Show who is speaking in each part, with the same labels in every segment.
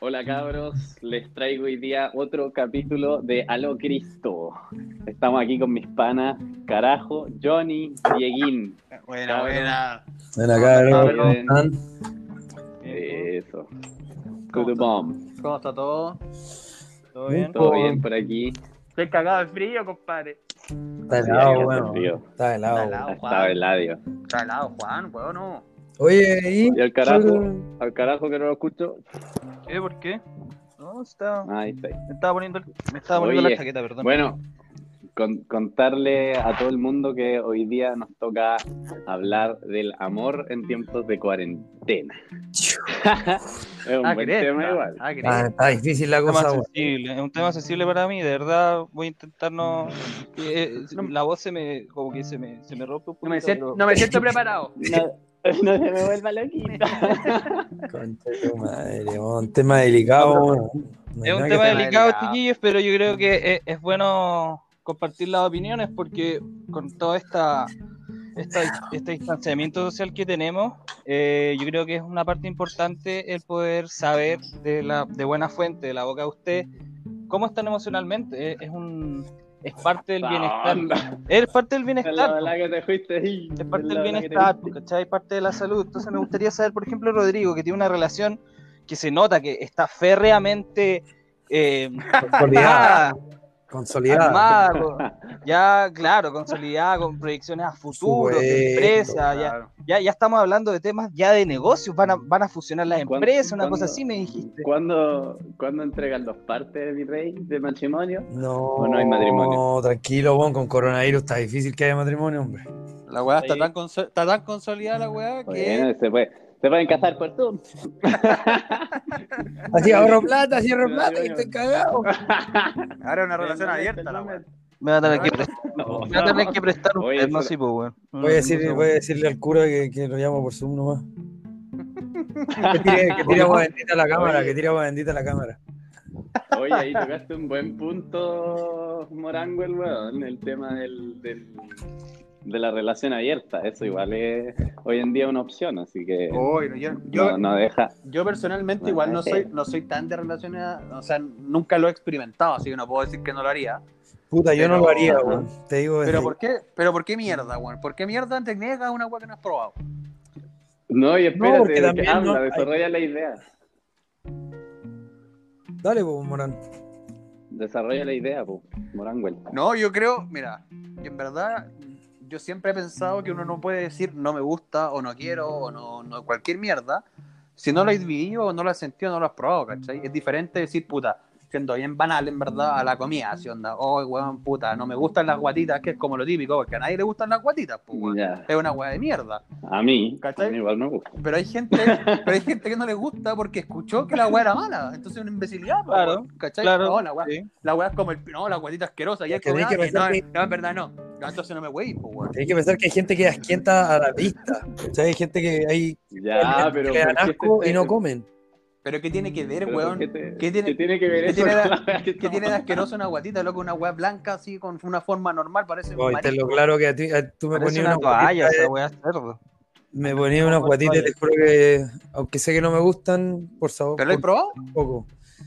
Speaker 1: Hola cabros, les traigo hoy día otro capítulo de Aló Cristo. Estamos aquí con mis panas, carajo, Johnny, Dieguín.
Speaker 2: Buena, buena.
Speaker 3: Buena, cabrón.
Speaker 1: Cabrón.
Speaker 3: ¿Cómo están?
Speaker 1: Eso.
Speaker 2: ¿Cómo
Speaker 1: To the
Speaker 2: está?
Speaker 1: bomb.
Speaker 2: ¿Cómo está todo? ¿Todo
Speaker 3: Bien.
Speaker 2: bien?
Speaker 1: Todo bien por aquí.
Speaker 2: Estoy cagado de frío, compadre.
Speaker 3: Está
Speaker 1: Sí,
Speaker 3: helado,
Speaker 1: hace
Speaker 3: bueno.
Speaker 1: frío.
Speaker 3: Está
Speaker 2: Está
Speaker 3: helado.
Speaker 2: helado.
Speaker 1: Ha estado el ladio.
Speaker 2: Está helado, Juan, weón, no.
Speaker 3: Oye, ¿y?
Speaker 1: Y al carajo, al carajo que no lo escucho.
Speaker 2: ¿Eh? ¿Por qué? No, está...
Speaker 1: Ahí está.
Speaker 2: me estaba poniendo, el- me estaba poniendo
Speaker 1: Oye.
Speaker 2: la chaqueta, perdón.
Speaker 1: Bueno, con- contarle a todo el mundo que hoy día nos toca hablar del amor en tiempos de cuarentena. es un
Speaker 2: Ah,
Speaker 1: buen
Speaker 2: cresta,
Speaker 1: tema igual.
Speaker 2: ah, cresta.
Speaker 3: Ah, está difícil la
Speaker 4: tema
Speaker 3: cosa, weón.
Speaker 4: sensible, es un tema sensible para mí, de verdad voy a intentar no... eh, eh, la voz se me, como que se me, se me rompe un poquito.
Speaker 2: No, me siento,
Speaker 4: pero-
Speaker 2: no me siento preparado.
Speaker 1: No, no se me vuelva loquita.
Speaker 3: Concha de tu madre, weón. Un tema delicado, weón. No hay
Speaker 4: Es un
Speaker 3: nada que-
Speaker 4: tema
Speaker 2: sea
Speaker 4: delicado,
Speaker 2: delicado.
Speaker 4: chiquillos, pero yo creo que es, es bueno compartir las opiniones porque con todo esta, esta- este distanciamiento social que tenemos, eh, yo creo que es una parte importante el poder saber de, la, de buena fuente, de la boca de usted, cómo están emocionalmente. Eh, Es, es un... Es parte del bienestar. Es parte del
Speaker 1: Es
Speaker 4: bienestar.
Speaker 1: la verdad que te fuiste ahí.
Speaker 4: es parte
Speaker 1: Es la verdad que
Speaker 4: del
Speaker 1: te
Speaker 4: bienestar,
Speaker 1: fuiste.
Speaker 4: ¿cachai? Parte de la salud. Entonces me gustaría saber, por ejemplo, Rodrigo, que tiene una relación que se nota que está férreamente eh,
Speaker 3: Consolidada.
Speaker 4: armada,
Speaker 3: Consolidada.
Speaker 4: armada, con- ya, claro, consolidada, con proyecciones a futuro, de
Speaker 3: Supuesto,
Speaker 4: empresa, ya,
Speaker 2: Claro.
Speaker 4: ya, ya estamos hablando de temas ya de negocios, van a, van a fusionar las
Speaker 1: ¿Cuán-
Speaker 4: empresas, una
Speaker 1: cuándo-
Speaker 4: cosa así me dijiste.
Speaker 1: ¿Cuándo, ¿Cuándo entregan los partes, mi rey, de matrimonio?
Speaker 3: No,
Speaker 1: ¿O no hay matrimonio?
Speaker 3: no, tranquilo, weón. Con coronavirus está difícil que haya matrimonio, hombre.
Speaker 2: La weá está
Speaker 4: Ahí.
Speaker 2: tan, conso- está tan consolidada, la weá, que...
Speaker 1: Bueno, se, puede, se pueden casar por Zoom.
Speaker 3: Así ahorro plata, así ahorro
Speaker 1: No,
Speaker 3: plata, que
Speaker 1: yo-
Speaker 3: estoy cagado.
Speaker 2: Ahora es una relación
Speaker 1: este
Speaker 2: abierta, la weá.
Speaker 4: Me va a tener que prestar,
Speaker 1: No,
Speaker 4: me va a tener que prestar un
Speaker 1: Oye,
Speaker 4: perno,
Speaker 1: eso-
Speaker 4: sí, pues, weón.
Speaker 3: Voy a, decir, voy a decirle al cura que, que lo llamo por Zoom nomás. Que tire, que tire agua bendita a la cámara, que tire agua bendita a la cámara.
Speaker 1: Oye, ahí tocaste un buen punto, Morango, el weón, el tema del, del- de la relación abierta. Eso igual es hoy en día una opción, así que
Speaker 2: Uy, no, yo, Oh, yo,
Speaker 1: no, no deja.
Speaker 2: yo
Speaker 1: Bueno,
Speaker 2: personalmente igual no eh.
Speaker 1: sí.
Speaker 2: soy, no soy tan de relaciones, a- o sea, nunca lo he experimentado, así que no puedo decir que no lo haría.
Speaker 3: Puta, yo no
Speaker 2: Pero-
Speaker 3: lo haría, weón. Te digo eh,
Speaker 2: Pero
Speaker 3: desde-
Speaker 2: ¿por qué, pero por qué mierda, weón? ¿Por qué mierda te niegas una weá que no has probado?
Speaker 1: No, y
Speaker 3: No,
Speaker 1: espérate,
Speaker 3: porque
Speaker 1: de que
Speaker 3: también
Speaker 1: habla,
Speaker 3: no-
Speaker 1: desarrolla la idea.
Speaker 3: Dale, pues, Morán.
Speaker 1: Desarrolla la idea, po, Morango. el-
Speaker 2: No, yo creo, mira, yo en verdad, yo siempre he pensado que uno no puede decir no me gusta o no quiero o no, no- cualquier mierda si no lo has vivido o no lo has sentido no lo has probado, ¿cachai? Es diferente decir, puta, siendo bien banal en verdad a la comida, así onda, oh, weón, puta, no me gustan las guatitas, que es como lo típico, porque a nadie le gustan las guatitas, pues, weón.
Speaker 1: Ya,
Speaker 2: Es una weá de mierda.
Speaker 1: a mí,
Speaker 2: ¿Cachai?
Speaker 1: a mí igual me gusta.
Speaker 2: Pero hay gente, pero hay gente que no le gusta porque escuchó que la weá era mala. Entonces es una imbecilidad, pues,
Speaker 4: Claro,
Speaker 2: weón, ¿cachai?
Speaker 4: Claro,
Speaker 2: No, la weá
Speaker 4: sí.
Speaker 2: la weá es como el. No, la guatita asquerosa. Y
Speaker 3: Es
Speaker 2: es
Speaker 3: que
Speaker 2: como.
Speaker 3: tenés que
Speaker 2: ah,
Speaker 3: pensar
Speaker 2: no,
Speaker 3: que-
Speaker 2: no, en verdad no. No, entonces no me wey, pues, weón.
Speaker 3: Hay que pensar que hay gente que es asquienta a la vista. ¿Cachai? Hay gente que hay
Speaker 4: Ah,
Speaker 1: Ya,
Speaker 3: que
Speaker 1: pero.
Speaker 3: le
Speaker 1: ¿por
Speaker 3: dan
Speaker 1: qué
Speaker 3: asco
Speaker 4: este
Speaker 1: te-
Speaker 3: y no comen.
Speaker 2: Pero ¿qué tiene que ver,
Speaker 1: pero
Speaker 2: weón?
Speaker 1: ¿Qué, te-
Speaker 2: ¿Qué tiene-
Speaker 1: qué tiene que ver
Speaker 2: qué
Speaker 1: eso?
Speaker 2: tiene
Speaker 1: con
Speaker 2: la-
Speaker 1: la verdad que
Speaker 2: ¿Qué tiene de asquerosa una guatita, loco? Una weá blanca así con una forma normal, parece un
Speaker 3: Oye, te
Speaker 2: marisco.
Speaker 3: lo claro que a ti, a- tú me
Speaker 4: Parece
Speaker 3: ponías
Speaker 4: una
Speaker 3: una
Speaker 4: toalla,
Speaker 3: guatita,
Speaker 4: esa weá cerdo.
Speaker 3: me ponías unas
Speaker 4: Una
Speaker 3: guatitas y
Speaker 4: toalla.
Speaker 3: te juro que, aunque sé que no me gustan, por sabor,
Speaker 2: ¿Pero lo he
Speaker 3: por
Speaker 2: probado?
Speaker 3: poco.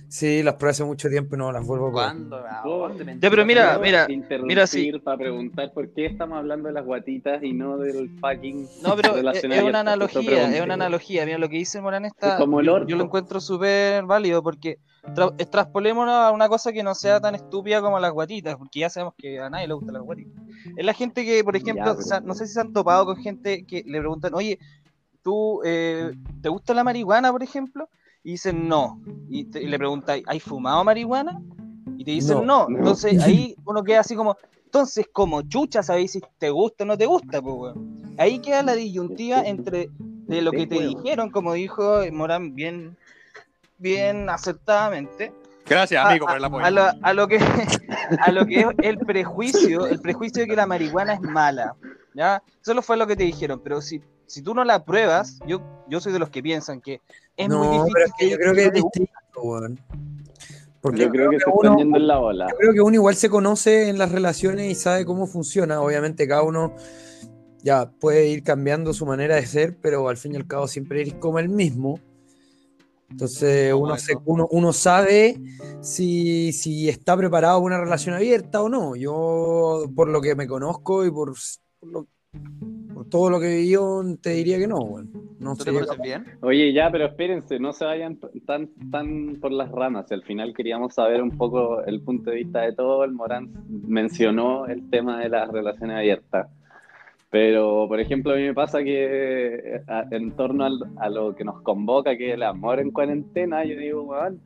Speaker 3: Sí, las probé hace mucho tiempo y no las vuelvo a probar.
Speaker 2: ¿Cuándo? Ah,
Speaker 1: Oh.
Speaker 2: weón, te mentí,
Speaker 4: Ya, pero mira,
Speaker 2: weón.
Speaker 4: mira, mira, sí.
Speaker 1: para preguntar por qué estamos hablando de las guatitas y no del fucking.
Speaker 4: No, pero es,
Speaker 1: relación
Speaker 4: es una
Speaker 1: abierta, por eso
Speaker 4: analogía, es
Speaker 1: pregunté.
Speaker 4: una analogía. Mira, lo que dice Morán está,
Speaker 1: Como el
Speaker 4: yo-
Speaker 1: orto.
Speaker 4: yo lo encuentro súper válido porque tra es- traspolémonos a una cosa que no sea tan estúpida como las guatitas, porque ya sabemos que a nadie le gustan las guatitas. Es la gente que, por ejemplo,
Speaker 1: Ya, pero-
Speaker 4: se ha- no sé si se han topado con gente que le preguntan, oye, ¿tú eh, te gusta la marihuana, por ejemplo? Y dicen no. Y, te- y le preguntáis, ¿hay fumado marihuana? Y te dicen no.
Speaker 1: No, no.
Speaker 4: Entonces ahí uno queda así como, entonces como chucha sabéis si te gusta o no te gusta, pues, weón ahí queda la disyuntiva entre de lo que te
Speaker 3: pues,
Speaker 1: Huevo.
Speaker 4: dijeron, como dijo Morán bien,
Speaker 3: Mm.
Speaker 4: bien acertadamente,
Speaker 2: Gracias,
Speaker 4: a-
Speaker 2: amigo,
Speaker 4: a-
Speaker 2: por el apoyo.
Speaker 4: a, la- a lo que a lo que es el prejuicio, el prejuicio de que la marihuana es mala, ¿ya? Solo fue lo que te dijeron, pero si, si tú no la pruebas, yo, yo soy de los que piensan que es
Speaker 3: no,
Speaker 4: muy difícil.
Speaker 3: pero es que yo creo que
Speaker 4: no
Speaker 3: es
Speaker 4: te guste.
Speaker 3: distinto, weón. Porque
Speaker 1: Yo creo que se
Speaker 3: uno-
Speaker 1: están yendo en la bola.
Speaker 3: Yo creo que uno igual se conoce en las relaciones y sabe cómo funciona. Obviamente cada uno ya puede ir cambiando su manera de ser, pero al fin y al cabo siempre eres como el mismo. Entonces
Speaker 2: Como
Speaker 3: uno,
Speaker 2: eso.
Speaker 3: se- uno, uno sabe si, si está preparado para una relación abierta o no. Yo, por lo que me conozco y por, por lo- por todo lo que he vivido, te diría que no, weón. No
Speaker 2: ¿Tú
Speaker 3: sé,
Speaker 2: te conoces bien?
Speaker 1: Oye, ya, pero espérense, no se vayan t- tan, tan por las ramas. Al final queríamos saber un poco el punto de vista de todo. El Morán mencionó el tema de las relaciones abiertas. Pero, por ejemplo, a mí me pasa que eh, a- en torno al- a lo que nos convoca, que es el amor en cuarentena, yo digo, weón,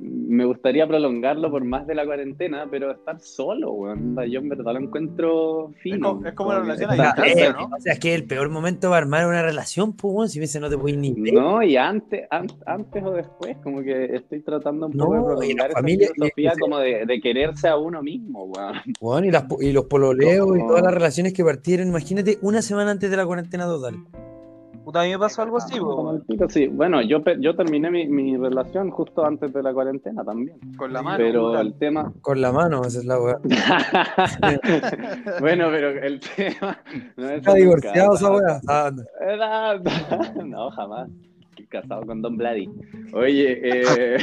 Speaker 1: me gustaría prolongarlo por más de la cuarentena, pero estar solo, weón, yo en verdad lo encuentro fino.
Speaker 2: Es como- es como la
Speaker 1: que
Speaker 2: relación
Speaker 1: está-
Speaker 2: a distancia, ¿no?
Speaker 3: O sea, es que el peor momento para armar una relación, pues, weón, si me dice no te voy ni ver.
Speaker 1: No, y antes, an- antes o después, como que estoy tratando un poco
Speaker 3: No,
Speaker 1: de
Speaker 3: y la
Speaker 1: prolongar esa
Speaker 3: familia-
Speaker 1: filosofía
Speaker 3: y-
Speaker 1: como de, de quererse a uno mismo, weón.
Speaker 3: Weón, y, las po- y los pololeos y
Speaker 1: No.
Speaker 3: todas las relaciones que partieron, imagínate, una semana antes de la cuarentena total.
Speaker 4: Puta, a mí me pasó algo así, po,
Speaker 1: Como el
Speaker 4: weón.
Speaker 1: pico, sí. Bueno, yo, pe- yo terminé mi, mi relación justo antes de la cuarentena también.
Speaker 2: Con la mano.
Speaker 1: Pero
Speaker 2: plural.
Speaker 1: el tema...
Speaker 3: Con la mano, esa es la weá.
Speaker 1: bueno, pero el tema... No, eso
Speaker 3: Está
Speaker 1: nunca.
Speaker 3: divorciado esa weá. Ah, anda.
Speaker 1: Era- No, jamás. Estoy casado con Don Vladi. Oye, eh...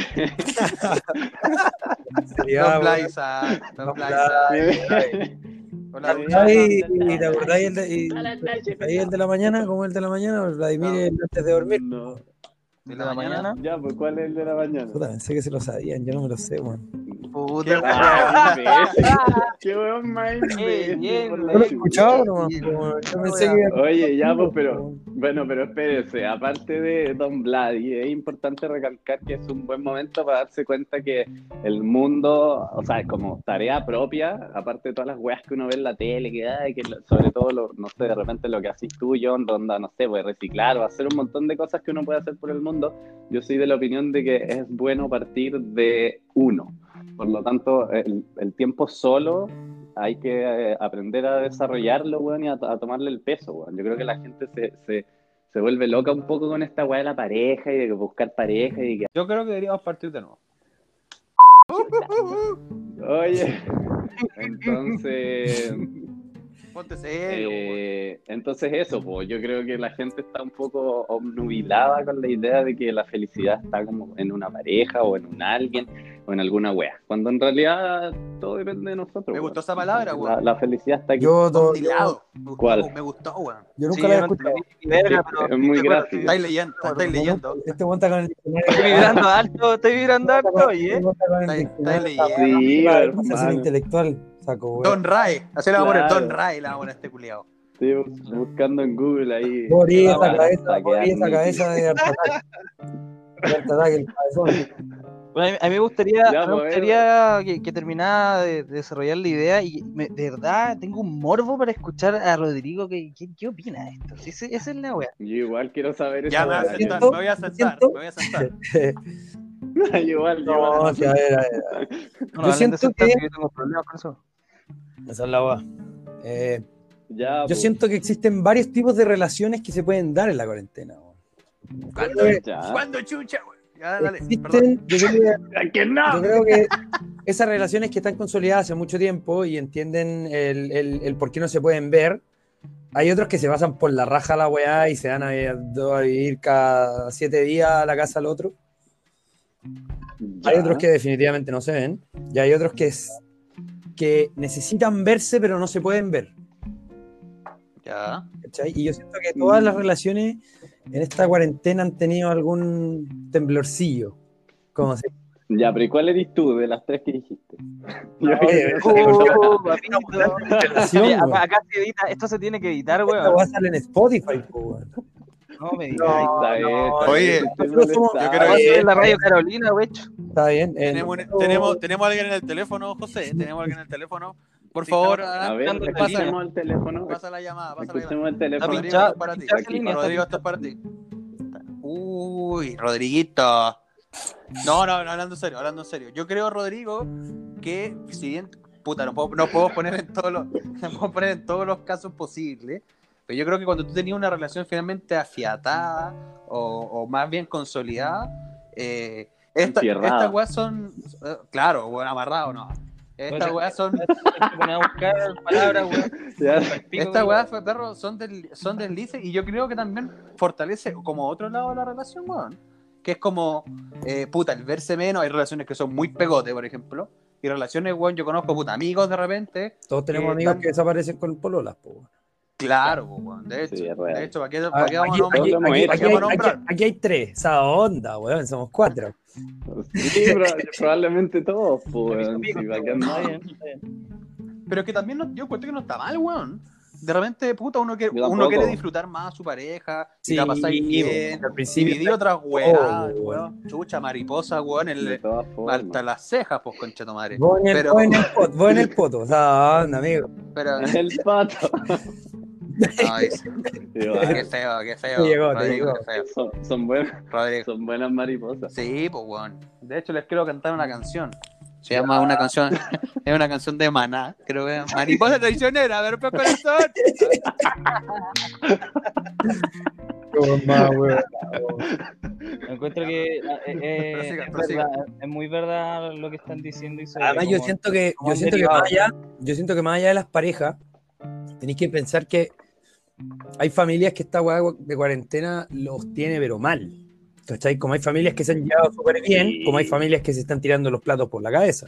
Speaker 3: Sería,
Speaker 2: Don
Speaker 3: weón.
Speaker 2: Blaiza. Don
Speaker 3: Don
Speaker 2: Blaiza.
Speaker 1: Ay,
Speaker 2: Hola,
Speaker 3: ¿Te
Speaker 2: Lucha.
Speaker 3: acordáis- ¿Te acordáis el de, y- ahí el de la mañana? ¿Cómo el de la mañana? Vladimir
Speaker 2: No.
Speaker 3: el antes de dormir.
Speaker 1: no.
Speaker 2: ¿De la mañana?
Speaker 1: Ya, pues, ¿cuál es el de la mañana?
Speaker 3: Puta, pensé que se lo sabían, yo no me lo sé, weón.
Speaker 1: Qué
Speaker 2: Puta.
Speaker 1: weón imbécil. Ah, Qué weón más imbécil,
Speaker 4: bien,
Speaker 1: por
Speaker 4: bien.
Speaker 1: la
Speaker 3: No lo he
Speaker 1: chucha.
Speaker 3: escuchado nomás, po, weón. Yo pensé que.
Speaker 1: Oye, ya, pues, pero bueno, pero espérense, aparte de Don Vladi, es importante recalcar que es un buen momento para darse cuenta que el mundo, o sea, como tarea propia, aparte de todas las weas que uno ve en la tele, que, ay, que lo- sobre todo, lo- no sé, de repente lo que haces tú, John, ronda, no sé, pues reciclar o hacer un montón de cosas que uno puede hacer por el mundo, yo soy de la opinión de que es bueno partir de uno. Por lo tanto, el, el tiempo solo hay que eh, aprender a desarrollarlo, weón, y a, a tomarle el peso, weón. Yo creo que la gente se, se, se vuelve loca un poco con esta weá de la pareja y de buscar pareja y que...
Speaker 2: Yo creo que deberíamos partir de nuevo.
Speaker 1: Oye, entonces...
Speaker 2: Ponte serio.
Speaker 1: eh, entonces eso, pues yo creo que la gente está un poco obnubilada con la idea de que la felicidad está como en una pareja o en un alguien o en alguna wea. Cuando en realidad todo depende de nosotros.
Speaker 2: Me
Speaker 1: weón.
Speaker 2: gustó esa palabra,
Speaker 1: La,
Speaker 2: weón.
Speaker 1: la felicidad está aquí.
Speaker 3: Yo, to- yo,
Speaker 2: Obstilado. Me gustó,
Speaker 1: ¿Cuál?
Speaker 2: Me gustó, weón.
Speaker 3: yo nunca
Speaker 4: Sí, yo
Speaker 3: la había
Speaker 4: no
Speaker 3: escuchado.
Speaker 4: entendí ni verga, pero
Speaker 1: Es muy
Speaker 4: estoy
Speaker 1: gráfico.
Speaker 4: acordando.
Speaker 2: Estáis leyendo, estáis leyendo.
Speaker 3: Este weón está con el diccionario.
Speaker 4: Estoy vibrando alto, estoy vibrando alto, y eh.
Speaker 3: Este weón está con el
Speaker 2: Estáis estáis
Speaker 3: diccionario.
Speaker 2: leyendo.
Speaker 1: Sí,
Speaker 3: Para
Speaker 1: hermano.
Speaker 3: conversación intelectual, saco, weón.
Speaker 2: Don Rae. Así le vamos a poner
Speaker 1: Claro.
Speaker 2: Don Rae, le vamos a poner a este culiado.
Speaker 1: Estoy bus- buscando en Google ahí.
Speaker 3: Morí esa
Speaker 1: Para-
Speaker 3: cabeza,
Speaker 1: para
Speaker 3: morí esa
Speaker 1: quedar
Speaker 3: cabeza de Artatac. De Artatac, el cabezón.
Speaker 4: Bueno, a mí- a mí me gustaría,
Speaker 1: Ya,
Speaker 4: a mí me
Speaker 1: pues,
Speaker 4: gustaría que, que terminara de, de desarrollar la idea y me- de verdad tengo un morbo para escuchar a Rodrigo que, que- qué opina de esto. Sí, sí, esa es la wea.
Speaker 1: Yo igual quiero saber
Speaker 2: Ya
Speaker 1: esa
Speaker 2: me voy a
Speaker 1: weá,
Speaker 2: sentar,
Speaker 3: siento-
Speaker 2: me voy a sentar, me
Speaker 3: siento-
Speaker 2: voy a sentar.
Speaker 1: yo- Igual,
Speaker 3: No,
Speaker 1: igual.
Speaker 3: sí, a ver, a ver.
Speaker 4: No,
Speaker 3: Yo
Speaker 4: hablen de
Speaker 3: siento
Speaker 4: sentarse,
Speaker 3: que-
Speaker 4: yo tengo problemas con eso.
Speaker 3: Esa es la weá. Eh,
Speaker 1: Ya,
Speaker 3: Yo
Speaker 1: pues,
Speaker 3: siento que existen varios tipos de relaciones que se pueden dar en la cuarentena. weón.
Speaker 2: ¿Cuándo,
Speaker 1: ya.
Speaker 2: cuándo chucha, güey? Ya, dale, perdón.
Speaker 3: Existen, yo creo, que-
Speaker 1: Ya que no.
Speaker 3: yo creo que esas relaciones que están consolidadas hace mucho tiempo y entienden el, el- el por qué no se pueden ver, hay otros que se basan por la raja a la weá y se van a, a vivir cada siete días a la casa al otro.
Speaker 1: Ya.
Speaker 3: Hay otros que definitivamente no se ven y hay otros que, es- que necesitan verse pero no se pueden ver.
Speaker 2: Ya.
Speaker 3: ¿cachai? Y yo siento que todas
Speaker 2: Mm.
Speaker 3: las relaciones en esta cuarentena han tenido algún temblorcillo. Como se
Speaker 1: Ya, pero ¿y cuál eres tú de las tres que dijiste?
Speaker 3: Oye,
Speaker 1: Yo-
Speaker 4: Uh, papito. Oye,
Speaker 3: relación, weón.
Speaker 4: acá se edita, esto se tiene que editar,
Speaker 3: Esta
Speaker 4: weón.
Speaker 3: weá sale en Spotify, po, weón.
Speaker 4: No me digas.
Speaker 1: Ahí está,
Speaker 3: no,
Speaker 1: esta,
Speaker 2: oye,
Speaker 1: esta,
Speaker 3: nosotros
Speaker 1: esta,
Speaker 3: somos-
Speaker 1: esta.
Speaker 2: yo creo
Speaker 4: Va a
Speaker 3: que-
Speaker 4: ser la radio Carolina, wey.
Speaker 3: Está bien. eh,
Speaker 2: Tenemos,
Speaker 3: nosotros-
Speaker 2: tenemos, tenemos alguien en el teléfono, José. Tenemos alguien en el teléfono. Por
Speaker 4: Sí,
Speaker 2: favor,
Speaker 4: estamos-
Speaker 1: A
Speaker 2: Ana,
Speaker 1: ver,
Speaker 4: Dándole
Speaker 1: escuchemos el teléfono.
Speaker 2: pasa la llamada, pasa la llamada.
Speaker 1: Escuchemos el teléfono.
Speaker 4: Está
Speaker 2: Rodrigo,
Speaker 4: pinchado,
Speaker 2: esto es para ti.
Speaker 4: pinchado
Speaker 1: esa
Speaker 2: Aquí,
Speaker 4: línea,
Speaker 2: Rodrigo, esto es para ti. Uy, Rodriguito. No, no, no, hablando en serio, hablando en serio. Yo creo, Rodrigo, que si bien, puta, no puedo, no puedo poner en todos los, no puedo poner en todos los casos posibles, pero yo creo que cuando tú tenías una relación finalmente afiatada o, o más bien consolidada, eh, esta-
Speaker 1: Entierrada.
Speaker 2: estas weas son, eh, claro, bueno, amarrado no. Estas
Speaker 4: Otra.
Speaker 2: weas son
Speaker 4: Hay que poner a buscar palabras, weón.
Speaker 1: Ya.
Speaker 4: Pico,
Speaker 2: esta
Speaker 4: weón.
Speaker 2: weá fue perro, son, desli- son deslices y yo creo que también fortalece como otro lado de la relación, weón. que es como, eh, puta, el verse menos, hay relaciones que son muy pegote, por ejemplo, y relaciones, weón, yo conozco, puta, amigos de repente,
Speaker 3: Todos tenemos
Speaker 2: Eh,
Speaker 3: amigos
Speaker 2: tan-
Speaker 3: que desaparecen con pololas, po, weón.
Speaker 2: claro, po, weón, de hecho,
Speaker 1: Sí, es real.
Speaker 2: de hecho, ¿para qué,
Speaker 3: Ah,
Speaker 2: para
Speaker 3: Aquí
Speaker 2: qué vamos a nombrar?
Speaker 3: aquí-
Speaker 1: vamos a
Speaker 3: aquí-
Speaker 1: ir,
Speaker 3: aquí
Speaker 2: vamos
Speaker 3: hay-
Speaker 2: a nombrar.
Speaker 3: aquí- aquí hay tres, esa onda, weón, somos cuatro.
Speaker 1: Sí, pero- probablemente todos, pues.
Speaker 4: Amigos,
Speaker 1: sí,
Speaker 4: está
Speaker 1: bacán,
Speaker 4: bien,
Speaker 1: ¿no?
Speaker 4: está bien.
Speaker 2: Pero que también no- yo encuentro que no está mal, weón. De repente, puta, uno, que,
Speaker 1: Yo tampoco.
Speaker 2: uno quiere disfrutar más a su pareja,
Speaker 3: Sí,
Speaker 2: y la pasáis
Speaker 3: y-
Speaker 2: bien,
Speaker 3: al
Speaker 2: y
Speaker 3: principio
Speaker 2: viví otras weas,
Speaker 3: Oh, weón.
Speaker 2: weón. Chucha, mariposa, weón,
Speaker 1: De
Speaker 2: el,
Speaker 1: todas
Speaker 2: hasta
Speaker 1: formas.
Speaker 2: las cejas, pues, concha de tu madre.
Speaker 3: Vos en el,
Speaker 2: Pero-
Speaker 3: vos en el poto, vos en el poto, esa onda, amigo.
Speaker 2: Pero,
Speaker 1: El pato.
Speaker 2: ay,
Speaker 1: Sí,
Speaker 2: qué
Speaker 1: vale.
Speaker 2: feo, qué feo.
Speaker 3: Te llegó, te
Speaker 2: Rodrigo,
Speaker 3: llegó.
Speaker 2: qué feo.
Speaker 1: Son, son buenas,
Speaker 2: Rodrigo.
Speaker 1: son buenas mariposas.
Speaker 2: Sí, pues, weón. De hecho, les quiero cantar una canción. Se llama una canción, es una canción de Maná, creo que es Mariposa traicionera, a ver, pues, corazón.
Speaker 4: Encuentro que eh, eh,
Speaker 2: Pero siga,
Speaker 4: es,
Speaker 2: pero siga.
Speaker 4: verdad, es muy verdad lo que están diciendo. Y sobre
Speaker 3: Además, yo
Speaker 4: cómo-
Speaker 3: siento que,
Speaker 4: como
Speaker 3: yo
Speaker 4: han
Speaker 3: siento que
Speaker 4: derivado.
Speaker 3: más allá, yo siento que más allá de las parejas, tenéis que pensar que hay familias que esta weá de cuarentena los tiene pero mal. ¿Cachai? Como hay familias que se han llevado súper bien,
Speaker 1: Sí.
Speaker 3: como hay familias que se están tirando los platos por la cabeza.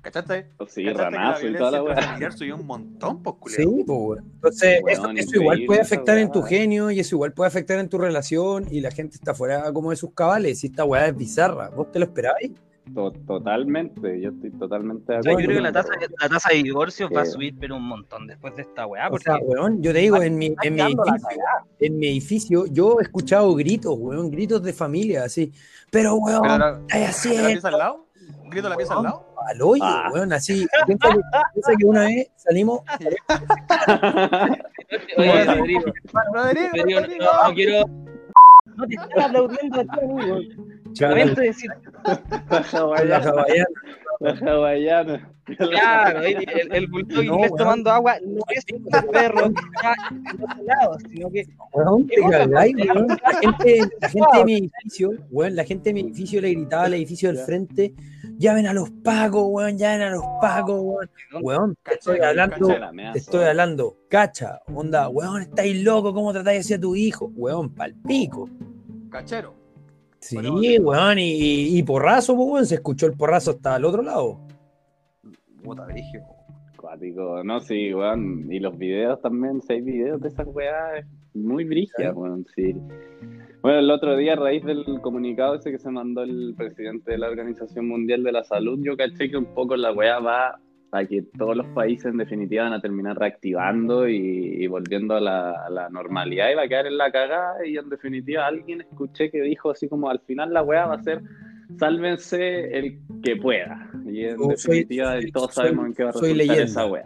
Speaker 2: ¿Cachaste?
Speaker 1: Pues Sí,
Speaker 2: ¿Cachaste que la
Speaker 1: ramazo y toda la
Speaker 2: violencia
Speaker 1: weá.
Speaker 2: intrafamiliar subió un montón, pues,
Speaker 3: Sí,
Speaker 2: culero.
Speaker 3: pues, weón. Entonces,
Speaker 1: Weón,
Speaker 3: eso, eso igual
Speaker 1: increíble
Speaker 3: puede
Speaker 1: esa
Speaker 3: afectar en tu
Speaker 1: weá.
Speaker 3: genio y eso igual puede afectar en tu relación y la gente está fuera como de sus cabales. Y esta weá es bizarra. ¿Vos te lo esperabais?
Speaker 2: pues.
Speaker 1: To- Totalmente, yo estoy totalmente de
Speaker 4: O sea,
Speaker 1: acuerdo.
Speaker 4: yo creo que la Eh. tasa, la tasa de divorcios
Speaker 1: Sí.
Speaker 4: va a subir pero un montón después de esta weá,
Speaker 3: O
Speaker 4: Ah, porque
Speaker 3: sea, weón, yo te digo, en mi, en mi
Speaker 4: quedando la
Speaker 3: edificio, en mi edificio, yo he escuchado gritos, weón, gritos de familia, así. Pero, weón,
Speaker 2: Pero la-
Speaker 3: ¿qué estás
Speaker 2: ¿De la pieza al
Speaker 3: haciendo
Speaker 2: lado? ¿Grito la pieza al lado?
Speaker 3: al hoyo,
Speaker 1: Ah.
Speaker 3: weón, así. Piensa que, piensa que una vez salimos,
Speaker 4: Oye,
Speaker 2: Bueno.
Speaker 4: Rodrigo,
Speaker 2: Rodrigo,
Speaker 4: Rodrigo,
Speaker 2: Rodrigo.
Speaker 4: no, no quiero. No te están aplaudiendo a ti, amigo. Lamento decir,
Speaker 1: La
Speaker 3: con la
Speaker 1: hawaiana,
Speaker 3: hawaiana.
Speaker 1: la hawaiana.
Speaker 4: claro, el, el- el bulldog
Speaker 3: No,
Speaker 4: inglés
Speaker 3: weón.
Speaker 4: tomando agua no es una perro que está en otro lado, sino que
Speaker 3: Weón, te
Speaker 4: ¿Qué onda,
Speaker 3: cagáis,
Speaker 4: weón?
Speaker 3: weón. La gente, la gente de mi edificio, weón, la gente de mi edificio le gritaba al edificio del
Speaker 1: Ya.
Speaker 3: frente, llamen a los pagos, weón, llamen a los pagos, weón. Weón, te estoy hablando,
Speaker 1: Cacha la mea,
Speaker 3: te estoy hablando, cacha, onda, weón, estáis loco, ¿cómo tratáis así a tu hijo? Weón, palpico.
Speaker 2: Cachero.
Speaker 3: Sí,
Speaker 2: Bueno, bueno.
Speaker 3: weón, y, y- y porrazo, pues, weón, se escuchó el porrazo hasta el otro lado.
Speaker 2: Puta, brigio.
Speaker 1: Cuático, no, sí, weón. Y los videos también, seis videos de esas weas muy brillas, weón, sí. Bueno, el otro día, a raíz del comunicado ese que se mandó el presidente de la Organización Mundial de la Salud, yo caché que un poco la wea va a que todos los países en definitiva van a terminar reactivando y, y volviendo a la, a la normalidad y va a quedar en la cagada y en definitiva alguien escuché que dijo así como al final la weá va a ser sálvense el que pueda y en
Speaker 3: Yo soy-
Speaker 1: definitiva
Speaker 3: soy-
Speaker 1: todos
Speaker 3: soy-
Speaker 1: sabemos en qué va a
Speaker 3: soy
Speaker 1: resultar
Speaker 3: leyenda.
Speaker 1: esa weá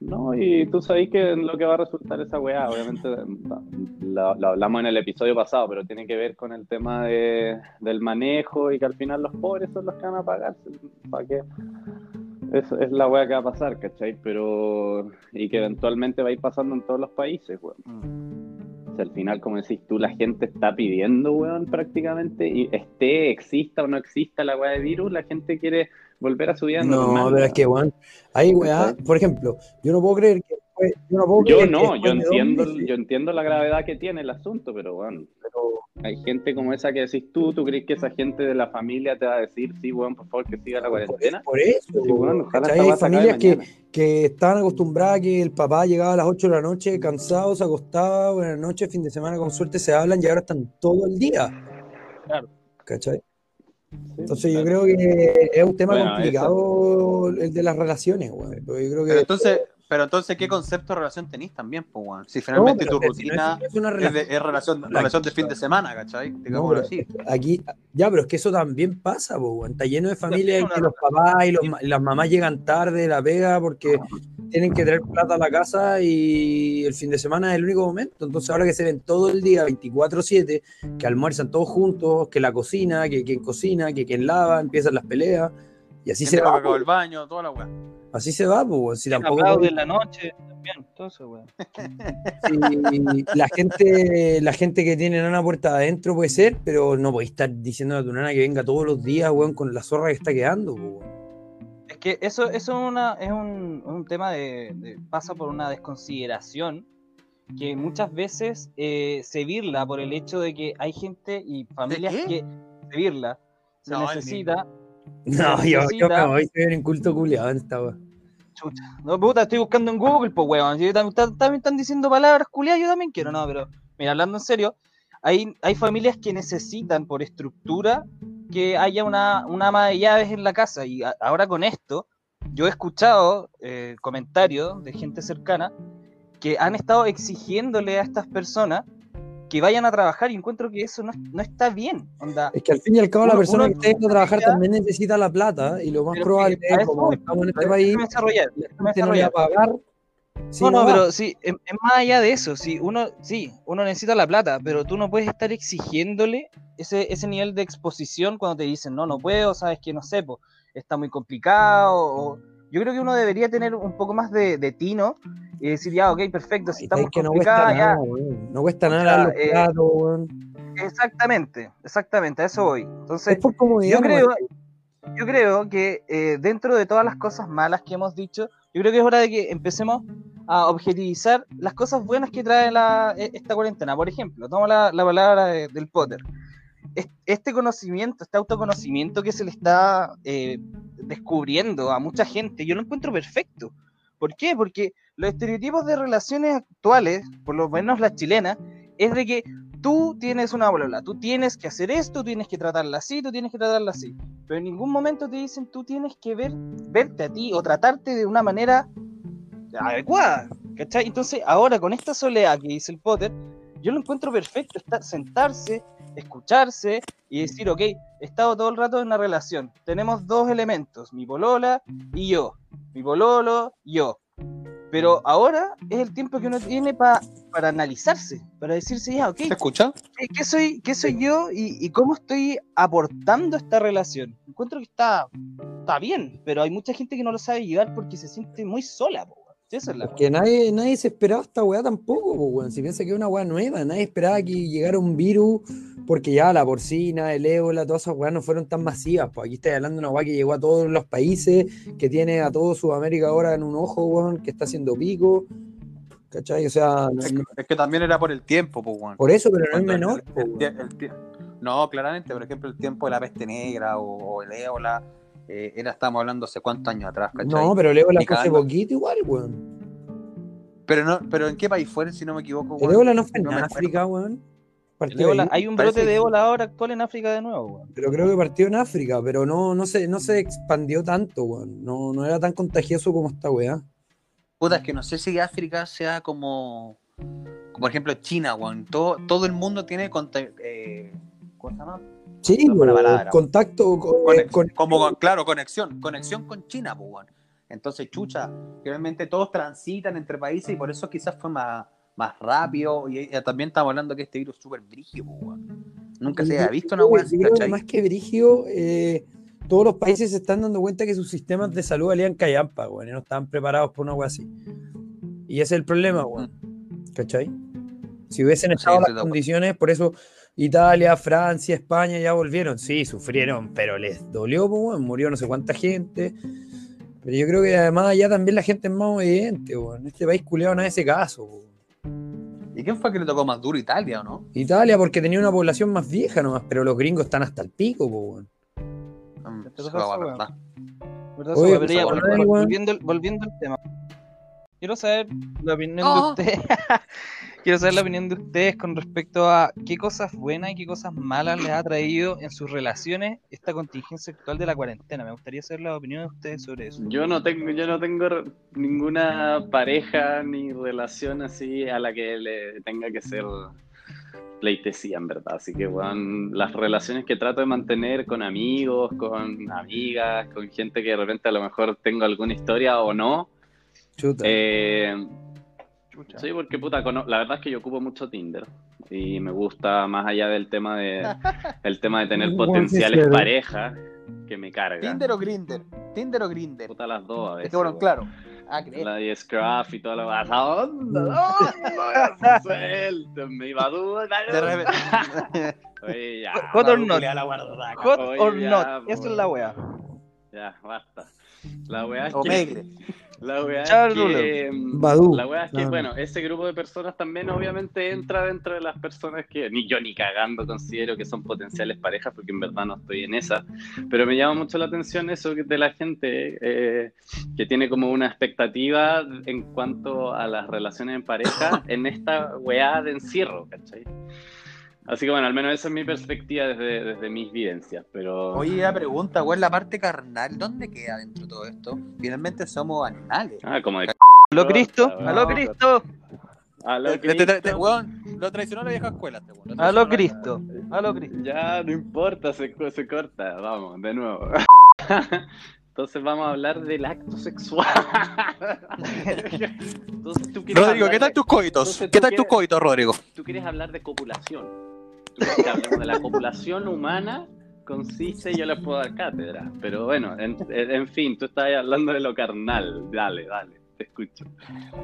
Speaker 1: no, y tú sabés que en lo que va a resultar esa weá, obviamente la- lo hablamos en el episodio pasado, pero tiene que ver con el tema de, del manejo y que al final los pobres son los que van a pagar. ¿Para qué? Es, es la weá que va a pasar, ¿cachai? Pero. Y que eventualmente va a ir pasando en todos los países, weón.
Speaker 3: Mm.
Speaker 1: O sea, al final, como decís tú, la gente está pidiendo, weón, prácticamente, y esté, exista o no exista la weá de virus, la gente quiere volver a su vida normal.
Speaker 3: No, pero es
Speaker 1: weón.
Speaker 3: que, weón, ahí, weá, por ejemplo, yo no puedo creer que. después- Yo no, puedo
Speaker 1: Yo
Speaker 3: creer que
Speaker 1: no, yo
Speaker 3: después de dos
Speaker 1: entiendo,
Speaker 3: meses-
Speaker 1: yo entiendo la gravedad que tiene el asunto, pero bueno,
Speaker 3: pero-
Speaker 1: hay gente como esa que decís tú, ¿tú crees que esa gente de la familia te va a decir, sí, weón, por favor, que siga la cuarentena?
Speaker 3: Por eso,
Speaker 1: Sí, weón, ojalá
Speaker 3: ¿cachai?
Speaker 1: esta
Speaker 3: hay
Speaker 1: weá se acabe
Speaker 3: familias que,
Speaker 1: mañana.
Speaker 3: que estaban acostumbradas a que el papá llegaba a las 8 de la noche cansado, se acostaba, buenas noches, fin de semana con suerte se hablan y ahora están todo el día.
Speaker 4: Claro.
Speaker 3: ¿Cachai?
Speaker 1: Sí,
Speaker 3: Entonces yo
Speaker 1: claro.
Speaker 3: creo que es un tema
Speaker 1: Bueno,
Speaker 3: complicado el de las relaciones, weón. Pero yo creo que
Speaker 2: Pero entonces, pero entonces, ¿qué concepto de relación tenéis también, pues, weón? Si finalmente
Speaker 3: No,
Speaker 2: tu
Speaker 3: pero si no es-
Speaker 2: rutina
Speaker 3: no es una
Speaker 2: es,
Speaker 3: relación.
Speaker 2: de, es relación, relación de fin de semana, ¿cachai?
Speaker 3: No,
Speaker 2: Digámoslo
Speaker 3: pero
Speaker 2: así.
Speaker 3: aquí, ya, pero es que eso también pasa, po, weón. está lleno de familias en
Speaker 4: una
Speaker 3: que los papás y, los ma- y las mamás llegan tarde de la pega porque tienen que traer plata a la casa y el fin de semana es el único momento. Entonces, ahora que se ven todo el día, 24-7, que almuerzan todos juntos, que la cocina, que quien cocina, que quien lava, empiezan las peleas y así se
Speaker 2: Gente
Speaker 3: va,
Speaker 2: que acabó
Speaker 3: po.
Speaker 2: el baño, toda la weá.
Speaker 3: así se va, po, weón. si tampoco.
Speaker 4: aplaude en la noche también, todo eso, weón.
Speaker 3: Sí, la gente, la gente que tiene nana puerta adentro puede ser, pero no podéis estar diciendo a tu nana que venga todos los días, weón, con la zorra que está quedando, po, weón.
Speaker 4: Es que eso, eso es una, es un, un tema de, de- pasa por una desconsideración que muchas veces eh, se virla por el hecho de que hay gente y familias
Speaker 2: qué?
Speaker 4: que se virla. Se
Speaker 2: No, es
Speaker 4: necesita.
Speaker 3: No, yo, yo me
Speaker 4: necesita-
Speaker 3: voy a ser inculto culiado en esta wea.
Speaker 4: No, puta, estoy buscando en Google, pues weón. Si yo tam- tam- También están diciendo palabras culiadas, yo también quiero, no, pero. Mira, hablando en serio, hay, hay familias que necesitan por estructura que haya una, una ama de llaves en la casa. Y a- ahora con esto, yo he escuchado eh, comentarios de gente cercana que han estado exigiéndole a estas personas que vayan a trabajar y encuentro que eso no, no está bien. Onda,
Speaker 3: Es que al fin y al cabo la
Speaker 4: Uno-
Speaker 3: persona
Speaker 4: uno
Speaker 3: que esté a trabajar
Speaker 4: necesita-
Speaker 3: también necesita la plata y lo más
Speaker 4: Pero
Speaker 3: probable
Speaker 4: que a
Speaker 3: es
Speaker 4: eso
Speaker 3: como
Speaker 4: voy,
Speaker 3: estamos en este
Speaker 4: déjame
Speaker 3: país,
Speaker 4: desarrollar,
Speaker 3: la
Speaker 4: déjame
Speaker 3: gente no le va a
Speaker 4: desarrollar.
Speaker 3: pagar. si
Speaker 4: no, no,
Speaker 3: va.
Speaker 4: pero sí, es es más allá de eso. Sí, uno, sí, uno necesita la plata, pero tú no puedes estar exigiéndole ese, ese nivel de exposición cuando te dicen, no, no puedo, sabes que no sé, po, está muy complicado. o- yo creo que uno debería tener un poco más de, de tino y decir, ya, ok, perfecto, si
Speaker 3: Y
Speaker 4: está
Speaker 3: sabes
Speaker 4: muy
Speaker 3: que no cuesta
Speaker 4: complicado, ya.
Speaker 3: nada, weón. No cuesta nada
Speaker 4: sea,
Speaker 3: lavar los
Speaker 4: eh,
Speaker 3: platos, weón.
Speaker 4: Exactamente, exactamente, a eso voy. Entonces,
Speaker 3: Es por comodidad.
Speaker 4: yo
Speaker 3: nomás.
Speaker 4: creo, yo creo que eh, dentro de todas las cosas malas que hemos dicho, yo creo que es hora de que empecemos a objetivizar las cosas buenas que trae la- e- esta cuarentena. Por ejemplo, tomo la, la palabra de- del Potter. Es- Este conocimiento, este autoconocimiento que se le está eh, descubriendo a mucha gente, yo lo encuentro perfecto. ¿Por qué? Porque los estereotipos de relaciones actuales, por lo menos las chilenas, es de que tú tienes una bolola, tú tienes que hacer esto, tú tienes que tratarla así, tú tienes que tratarla así. Pero en ningún momento te dicen tú tienes que ver, verte a ti o tratarte de una manera adecuada. ¿Cachai? Entonces, ahora con esta soledad que dice el Potter, yo lo encuentro perfecto, estar, sentarse, escucharse y decir, ok, he estado todo el rato en una relación. Tenemos dos elementos, mi polola y yo. Mi pololo, yo. Pero ahora es el tiempo que uno tiene pa- para analizarse, para decirse, ya, ok,
Speaker 2: ¿Se escucha?
Speaker 4: ¿Qué, qué soy, qué soy yo y, y cómo estoy aportando a esta relación? Encuentro que está, está bien, pero hay mucha gente que no lo sabe llevar porque se siente muy sola. po, weón. Sí, esa es la weá.
Speaker 3: Porque nadie, nadie se esperaba esta weá tampoco, po, weón. Si piensa que es una weá nueva, nadie esperaba que llegara un virus, porque ya la porcina, el ébola, todas esas weá no fueron tan masivas. Pues aquí estáis hablando de una weá que llegó a todos los países, que tiene a todo Sudamérica ahora en un ojo, weón, que está haciendo pico. ¿Cachai? O sea, no-
Speaker 2: Es que, es que también era por el tiempo, pues, weón.
Speaker 3: por eso, pero no es
Speaker 2: Cuando el-
Speaker 3: menor. po,
Speaker 2: el
Speaker 3: weón.
Speaker 2: tie- el tie- no, claramente, por ejemplo, el tiempo de la peste negra o, o el ébola, eh, era, estábamos hablando hace cuántos años atrás, ¿cachai?
Speaker 3: No, pero el ébola
Speaker 2: Ni
Speaker 3: fue hace
Speaker 2: cagando.
Speaker 3: poquito igual, weón.
Speaker 2: Pero no, pero en qué país fue, si no me equivoco,
Speaker 3: El
Speaker 2: weón?
Speaker 3: ébola no fue
Speaker 2: No
Speaker 3: en
Speaker 2: me acuerdo.
Speaker 3: África, weón.
Speaker 4: El
Speaker 3: Partió
Speaker 4: ébola-
Speaker 3: ahí.
Speaker 4: hay un
Speaker 2: parece
Speaker 4: brote de
Speaker 2: que-
Speaker 4: ébola ahora actual en África de nuevo. weón.
Speaker 3: pero creo que partió en África, pero no, no, se, no se expandió tanto, weón. No, no era tan contagioso como esta weá.
Speaker 2: Puta, es que no sé si África sea como, como por ejemplo China, weón. Todo, todo el mundo tiene conta- eh, ¿cómo se llama?
Speaker 3: Sí,
Speaker 2: No es buena
Speaker 3: weón,
Speaker 2: palabra.
Speaker 3: contacto con,
Speaker 2: Conex-
Speaker 3: eh, con-
Speaker 2: como con- claro, conexión, conexión con China, pues, weón. Entonces, chucha, realmente todos transitan entre países y por eso quizás fue más, más rápido. Y, eh, también estamos hablando que este virus es súper brígido, pues, weón. Nunca se
Speaker 3: yo-
Speaker 2: había visto una
Speaker 3: yo-
Speaker 2: weón,
Speaker 3: yo creo que
Speaker 2: ¿cachai?
Speaker 3: más que brigio, todos los países se están dando cuenta que sus sistemas de salud valían callampa, weón, y no estaban preparados por una weá así. Y ese es el problema, weón. ¿Cachai? Si hubiesen estado
Speaker 2: Mm. estoy de
Speaker 3: las
Speaker 2: acuerdo.
Speaker 3: condiciones, por eso Italia, Francia, España ya volvieron. Sí, sufrieron, pero les dolió, pues, weón, murió no sé cuánta gente. Pero yo creo que además allá también la gente es más obediente, weón. En este país culeado nada de ese caso, weón.
Speaker 2: ¿Y quién fue que le tocó más duro Italia, o no?
Speaker 3: Italia porque tenía una población más vieja nomás, pero los gringos están hasta el pico, po, weón.
Speaker 2: Mm,
Speaker 4: Te tocó
Speaker 2: se va a
Speaker 4: esa
Speaker 2: guardar.
Speaker 4: ¿Verdad?
Speaker 3: Oye,
Speaker 4: Pero
Speaker 3: pues,
Speaker 4: ya,
Speaker 3: ahora,
Speaker 4: volviendo-
Speaker 3: weón.
Speaker 4: volviendo, al- volviendo al tema. Quiero saber la opinión
Speaker 2: Oh.
Speaker 4: de ustedes. Quiero saber la opinión de ustedes con respecto a qué cosas buenas y qué cosas malas les ha traído en sus relaciones esta contingencia actual de la cuarentena. Me gustaría saber la opinión de ustedes sobre eso.
Speaker 1: Yo no tengo, yo no tengo re- ninguna pareja ni relación así a la que le tenga que ser pleitesía, en verdad. Así que, weón, las relaciones que trato de mantener con amigos, con amigas, con gente que de repente a lo mejor tengo alguna historia o no.
Speaker 3: Chuta.
Speaker 1: eh,
Speaker 4: Chucha.
Speaker 1: Sí, porque puta, cono- la verdad es que yo ocupo mucho Tinder y me gusta más allá del tema de el tema de tener
Speaker 3: Bueno, sí,
Speaker 1: potenciales
Speaker 3: sí.
Speaker 1: parejas que me carga.
Speaker 2: ¿Tinder o Grinder? ¿Tinder o Grinder?
Speaker 1: puta las dos a
Speaker 2: Te
Speaker 1: veces.
Speaker 2: quedaron
Speaker 1: weón.
Speaker 2: claro. Ah, crees.
Speaker 1: La de Scruff y toda la baja onda. ¡No! Suéltame, Badoo, dale.
Speaker 2: De repente.
Speaker 1: Oye, ya.
Speaker 4: Hot or not.
Speaker 2: Culeada la guardada.
Speaker 4: Hot
Speaker 1: Oye,
Speaker 4: or
Speaker 1: ya,
Speaker 4: not.
Speaker 1: pues.
Speaker 4: Esa es la wea.
Speaker 1: Ya, basta. La weá es
Speaker 2: O
Speaker 1: que-
Speaker 2: Megre.
Speaker 1: La weá es
Speaker 4: Charlo.
Speaker 1: que, mm,
Speaker 3: Badú.
Speaker 1: la weá es que,
Speaker 3: No, no.
Speaker 1: bueno, ese grupo de personas también obviamente entra dentro de las personas que ni yo ni cagando considero que son potenciales parejas, porque en verdad no estoy en esa. Pero me llama mucho la atención eso que- de la gente eh, que tiene como una expectativa en cuanto a las relaciones en pareja en esta weá de encierro, ¿cachai? Así que bueno, al menos esa es mi perspectiva desde, desde mis vivencias, pero...
Speaker 2: Oye, la pregunta, güey, la parte carnal, ¿dónde queda dentro de todo esto? Finalmente somos animales.
Speaker 1: Ah, como de...
Speaker 4: Aló Cristo, aló Cristo,
Speaker 1: A lo
Speaker 2: Eh, Te- te- te-
Speaker 1: Cristo.
Speaker 2: weón, lo traicionó la vieja escuela, este weón. Lo traicionó la-
Speaker 4: aló Cristo, aló Cristo.
Speaker 1: Ya, no importa, se, co- se corta. Vamos, de nuevo. Entonces vamos a hablar del acto sexual. Entonces, ¿tú quieres
Speaker 2: Rodrigo,
Speaker 1: hablar
Speaker 2: ¿qué tal
Speaker 1: de-
Speaker 2: tus coitos?
Speaker 1: Entonces,
Speaker 2: ¿Qué
Speaker 1: ¿tú
Speaker 2: tal tus
Speaker 1: quieres-
Speaker 2: coitos, Rodrigo?
Speaker 1: Tú quieres hablar de copulación. Tú quieres que hablemos de la copulación humana. Consiste, yo les puedo dar cátedra. Pero bueno, en, en- en fin, tú estabas hablando de lo carnal. Dale, dale, te escucho.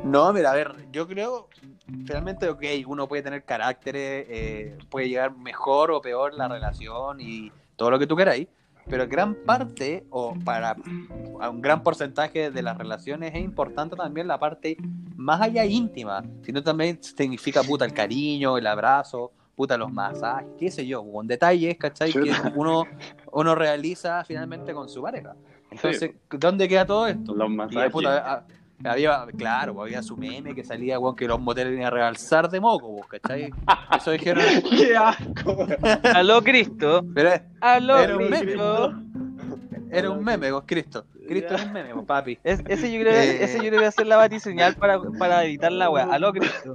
Speaker 2: No, mira, a ver, yo creo, realmente, ok, uno puede tener caracteres, eh, puede llegar mejor o peor la relación y todo lo que tú queráis, pero gran parte, o para a un gran porcentaje de las relaciones, es importante también la parte más allá íntima, sino también significa puta el cariño, el abrazo, puta los masajes, qué sé yo, con detalles, ¿cachai? Que
Speaker 1: Chuta.
Speaker 2: uno, uno realiza finalmente con su pareja. Entonces,
Speaker 1: Sí,
Speaker 2: ¿dónde queda todo esto?
Speaker 1: los
Speaker 2: Y la
Speaker 1: masajes.
Speaker 2: puta, a- había, claro, pues, había su meme que salía, weón, que los moteles venían a realzar de moco, vos, ¿cachai? Eso dijeron.
Speaker 1: ¡Qué asco!
Speaker 4: Aló Cristo,
Speaker 2: Pero es- Era
Speaker 4: aló
Speaker 2: un
Speaker 4: Cristo.
Speaker 2: era un meme, vos, Cristo. Cristo era un meme, vos, papi.
Speaker 4: Es- ese, yo creo,
Speaker 2: Eh.
Speaker 4: ese yo creo que va a ser la batiseñal para, para editar la weá. Aló Cristo.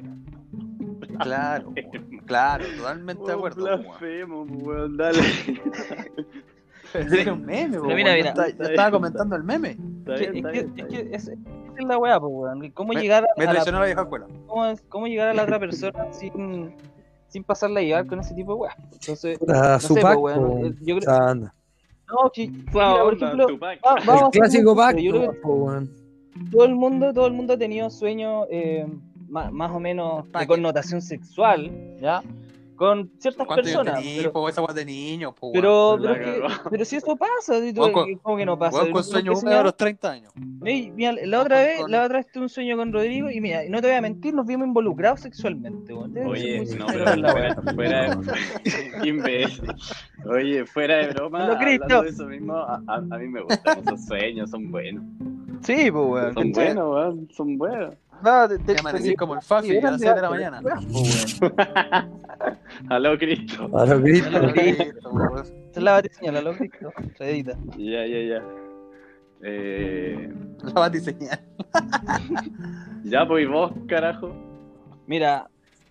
Speaker 2: Claro, weón, claro, totalmente de acuerdo. pues, weón.
Speaker 1: Blasfemo, weón, dale.
Speaker 2: Era un meme, vos,
Speaker 4: Pero mira,
Speaker 2: weón,
Speaker 4: mira.
Speaker 2: Yo, esta- yo estaba comentando el meme.
Speaker 1: Está
Speaker 4: Es
Speaker 1: bien,
Speaker 4: que,
Speaker 1: está bien, está bien.
Speaker 4: es que es- esa es la weá, pues, weón. ¿Cómo
Speaker 2: Me-
Speaker 4: llegar a,
Speaker 2: Me
Speaker 4: a la
Speaker 2: traicionó la vieja escuela.
Speaker 4: cómo, es- cómo llegar a la otra persona sin, sin pasarla a llevar con ese tipo de weá. Entonces,
Speaker 3: Puta,
Speaker 4: sé,
Speaker 3: Zupac,
Speaker 4: po, weón, eh,
Speaker 3: po,
Speaker 4: yo creo-
Speaker 3: esa banda.
Speaker 4: no, chi-
Speaker 1: Esa
Speaker 4: mira, por
Speaker 1: onda,
Speaker 4: ejemplo,
Speaker 1: Tupac.
Speaker 4: va- vamos a
Speaker 3: El
Speaker 4: hacer
Speaker 3: clásico
Speaker 4: un-
Speaker 3: back.
Speaker 4: Yo creo que
Speaker 3: po, weón.
Speaker 4: todo el mundo, todo el mundo ha tenido sueños eh, ma- más, o menos de
Speaker 2: Paque.
Speaker 4: connotación sexual
Speaker 2: ¿Ya?
Speaker 4: con ciertas
Speaker 2: ¿Cuántos años
Speaker 4: personas.
Speaker 2: tenís,
Speaker 4: Pero,
Speaker 2: po, esa weá de niño, po, weón?
Speaker 4: pero,
Speaker 1: La
Speaker 4: pero, que-
Speaker 1: cagó.
Speaker 4: pero si eso pasa, si tú-
Speaker 2: Weón con-
Speaker 4: ¿cómo que no pasa?
Speaker 2: Weón,
Speaker 4: Uno
Speaker 2: con
Speaker 4: tiene
Speaker 2: sueño
Speaker 4: que
Speaker 2: húmedo a
Speaker 4: soñar.
Speaker 2: los 30 años.
Speaker 4: Ey, mira, la otra
Speaker 2: Con-
Speaker 4: vez,
Speaker 2: con-
Speaker 4: la otra vez tuve un sueño con Rodrigo y mira, no te voy a mentir, nos vimos involucrados sexualmente, weón. Debe ser
Speaker 1: Oye, no,
Speaker 4: muy sincero
Speaker 1: pero
Speaker 4: con la weá.
Speaker 1: fuera, fuera de, imbécil. Oye, fuera de broma,
Speaker 4: Aló, Cristo.
Speaker 1: hablando de eso mismo, a, a- a mí me gustan esos sueños, son buenos.
Speaker 4: Sí, pues weón.
Speaker 1: Son
Speaker 4: ¿cachai?
Speaker 1: buenos, weón, son buenos.
Speaker 4: No, te- te-
Speaker 2: Te amanecí
Speaker 4: te-
Speaker 2: como el Fafi a las 7 de la mañana.
Speaker 1: Aló, Cristo.
Speaker 3: A los gritos.
Speaker 2: Listo, weón.
Speaker 4: Se la batiseñal, aló Cristo. Se edita.
Speaker 1: Ya, ya, ya. Eh,
Speaker 2: La batiseñal.
Speaker 1: ya, pues, ¿y vos, carajo.
Speaker 4: Mira,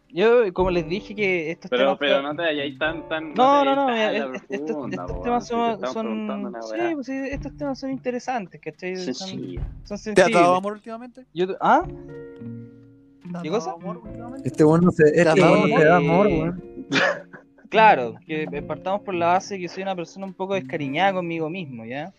Speaker 4: yo como les dije que estos
Speaker 1: Pero,
Speaker 4: temas
Speaker 1: pero no te vayáis tan, tan.
Speaker 4: No,
Speaker 1: te
Speaker 4: no, eh, este,
Speaker 1: vayáis
Speaker 4: no, mira,
Speaker 1: tan a la
Speaker 4: es- estos,
Speaker 1: profunda,
Speaker 4: estos
Speaker 1: po,
Speaker 4: temas
Speaker 1: si te
Speaker 4: son,
Speaker 1: estamos preguntando
Speaker 4: son
Speaker 1: una
Speaker 4: sí,
Speaker 1: weá.
Speaker 4: pues, sí, estos temas son interesantes, ¿cachai? Son,
Speaker 1: Sencilla.
Speaker 4: son
Speaker 2: ¿Te ha dado
Speaker 4: sensibles.
Speaker 2: amor últimamente?
Speaker 4: Yo, ¿Ah?
Speaker 2: ¿Te ha
Speaker 4: ¿Qué
Speaker 2: dado
Speaker 4: cosa?
Speaker 2: amor últimamente?
Speaker 3: Este weón no se, este
Speaker 2: Te ha dado
Speaker 3: weón no se da amor,
Speaker 4: Eh,
Speaker 3: weón.
Speaker 4: Claro, que partamos por la base que soy una persona un poco descariñada conmigo mismo, ¿ya?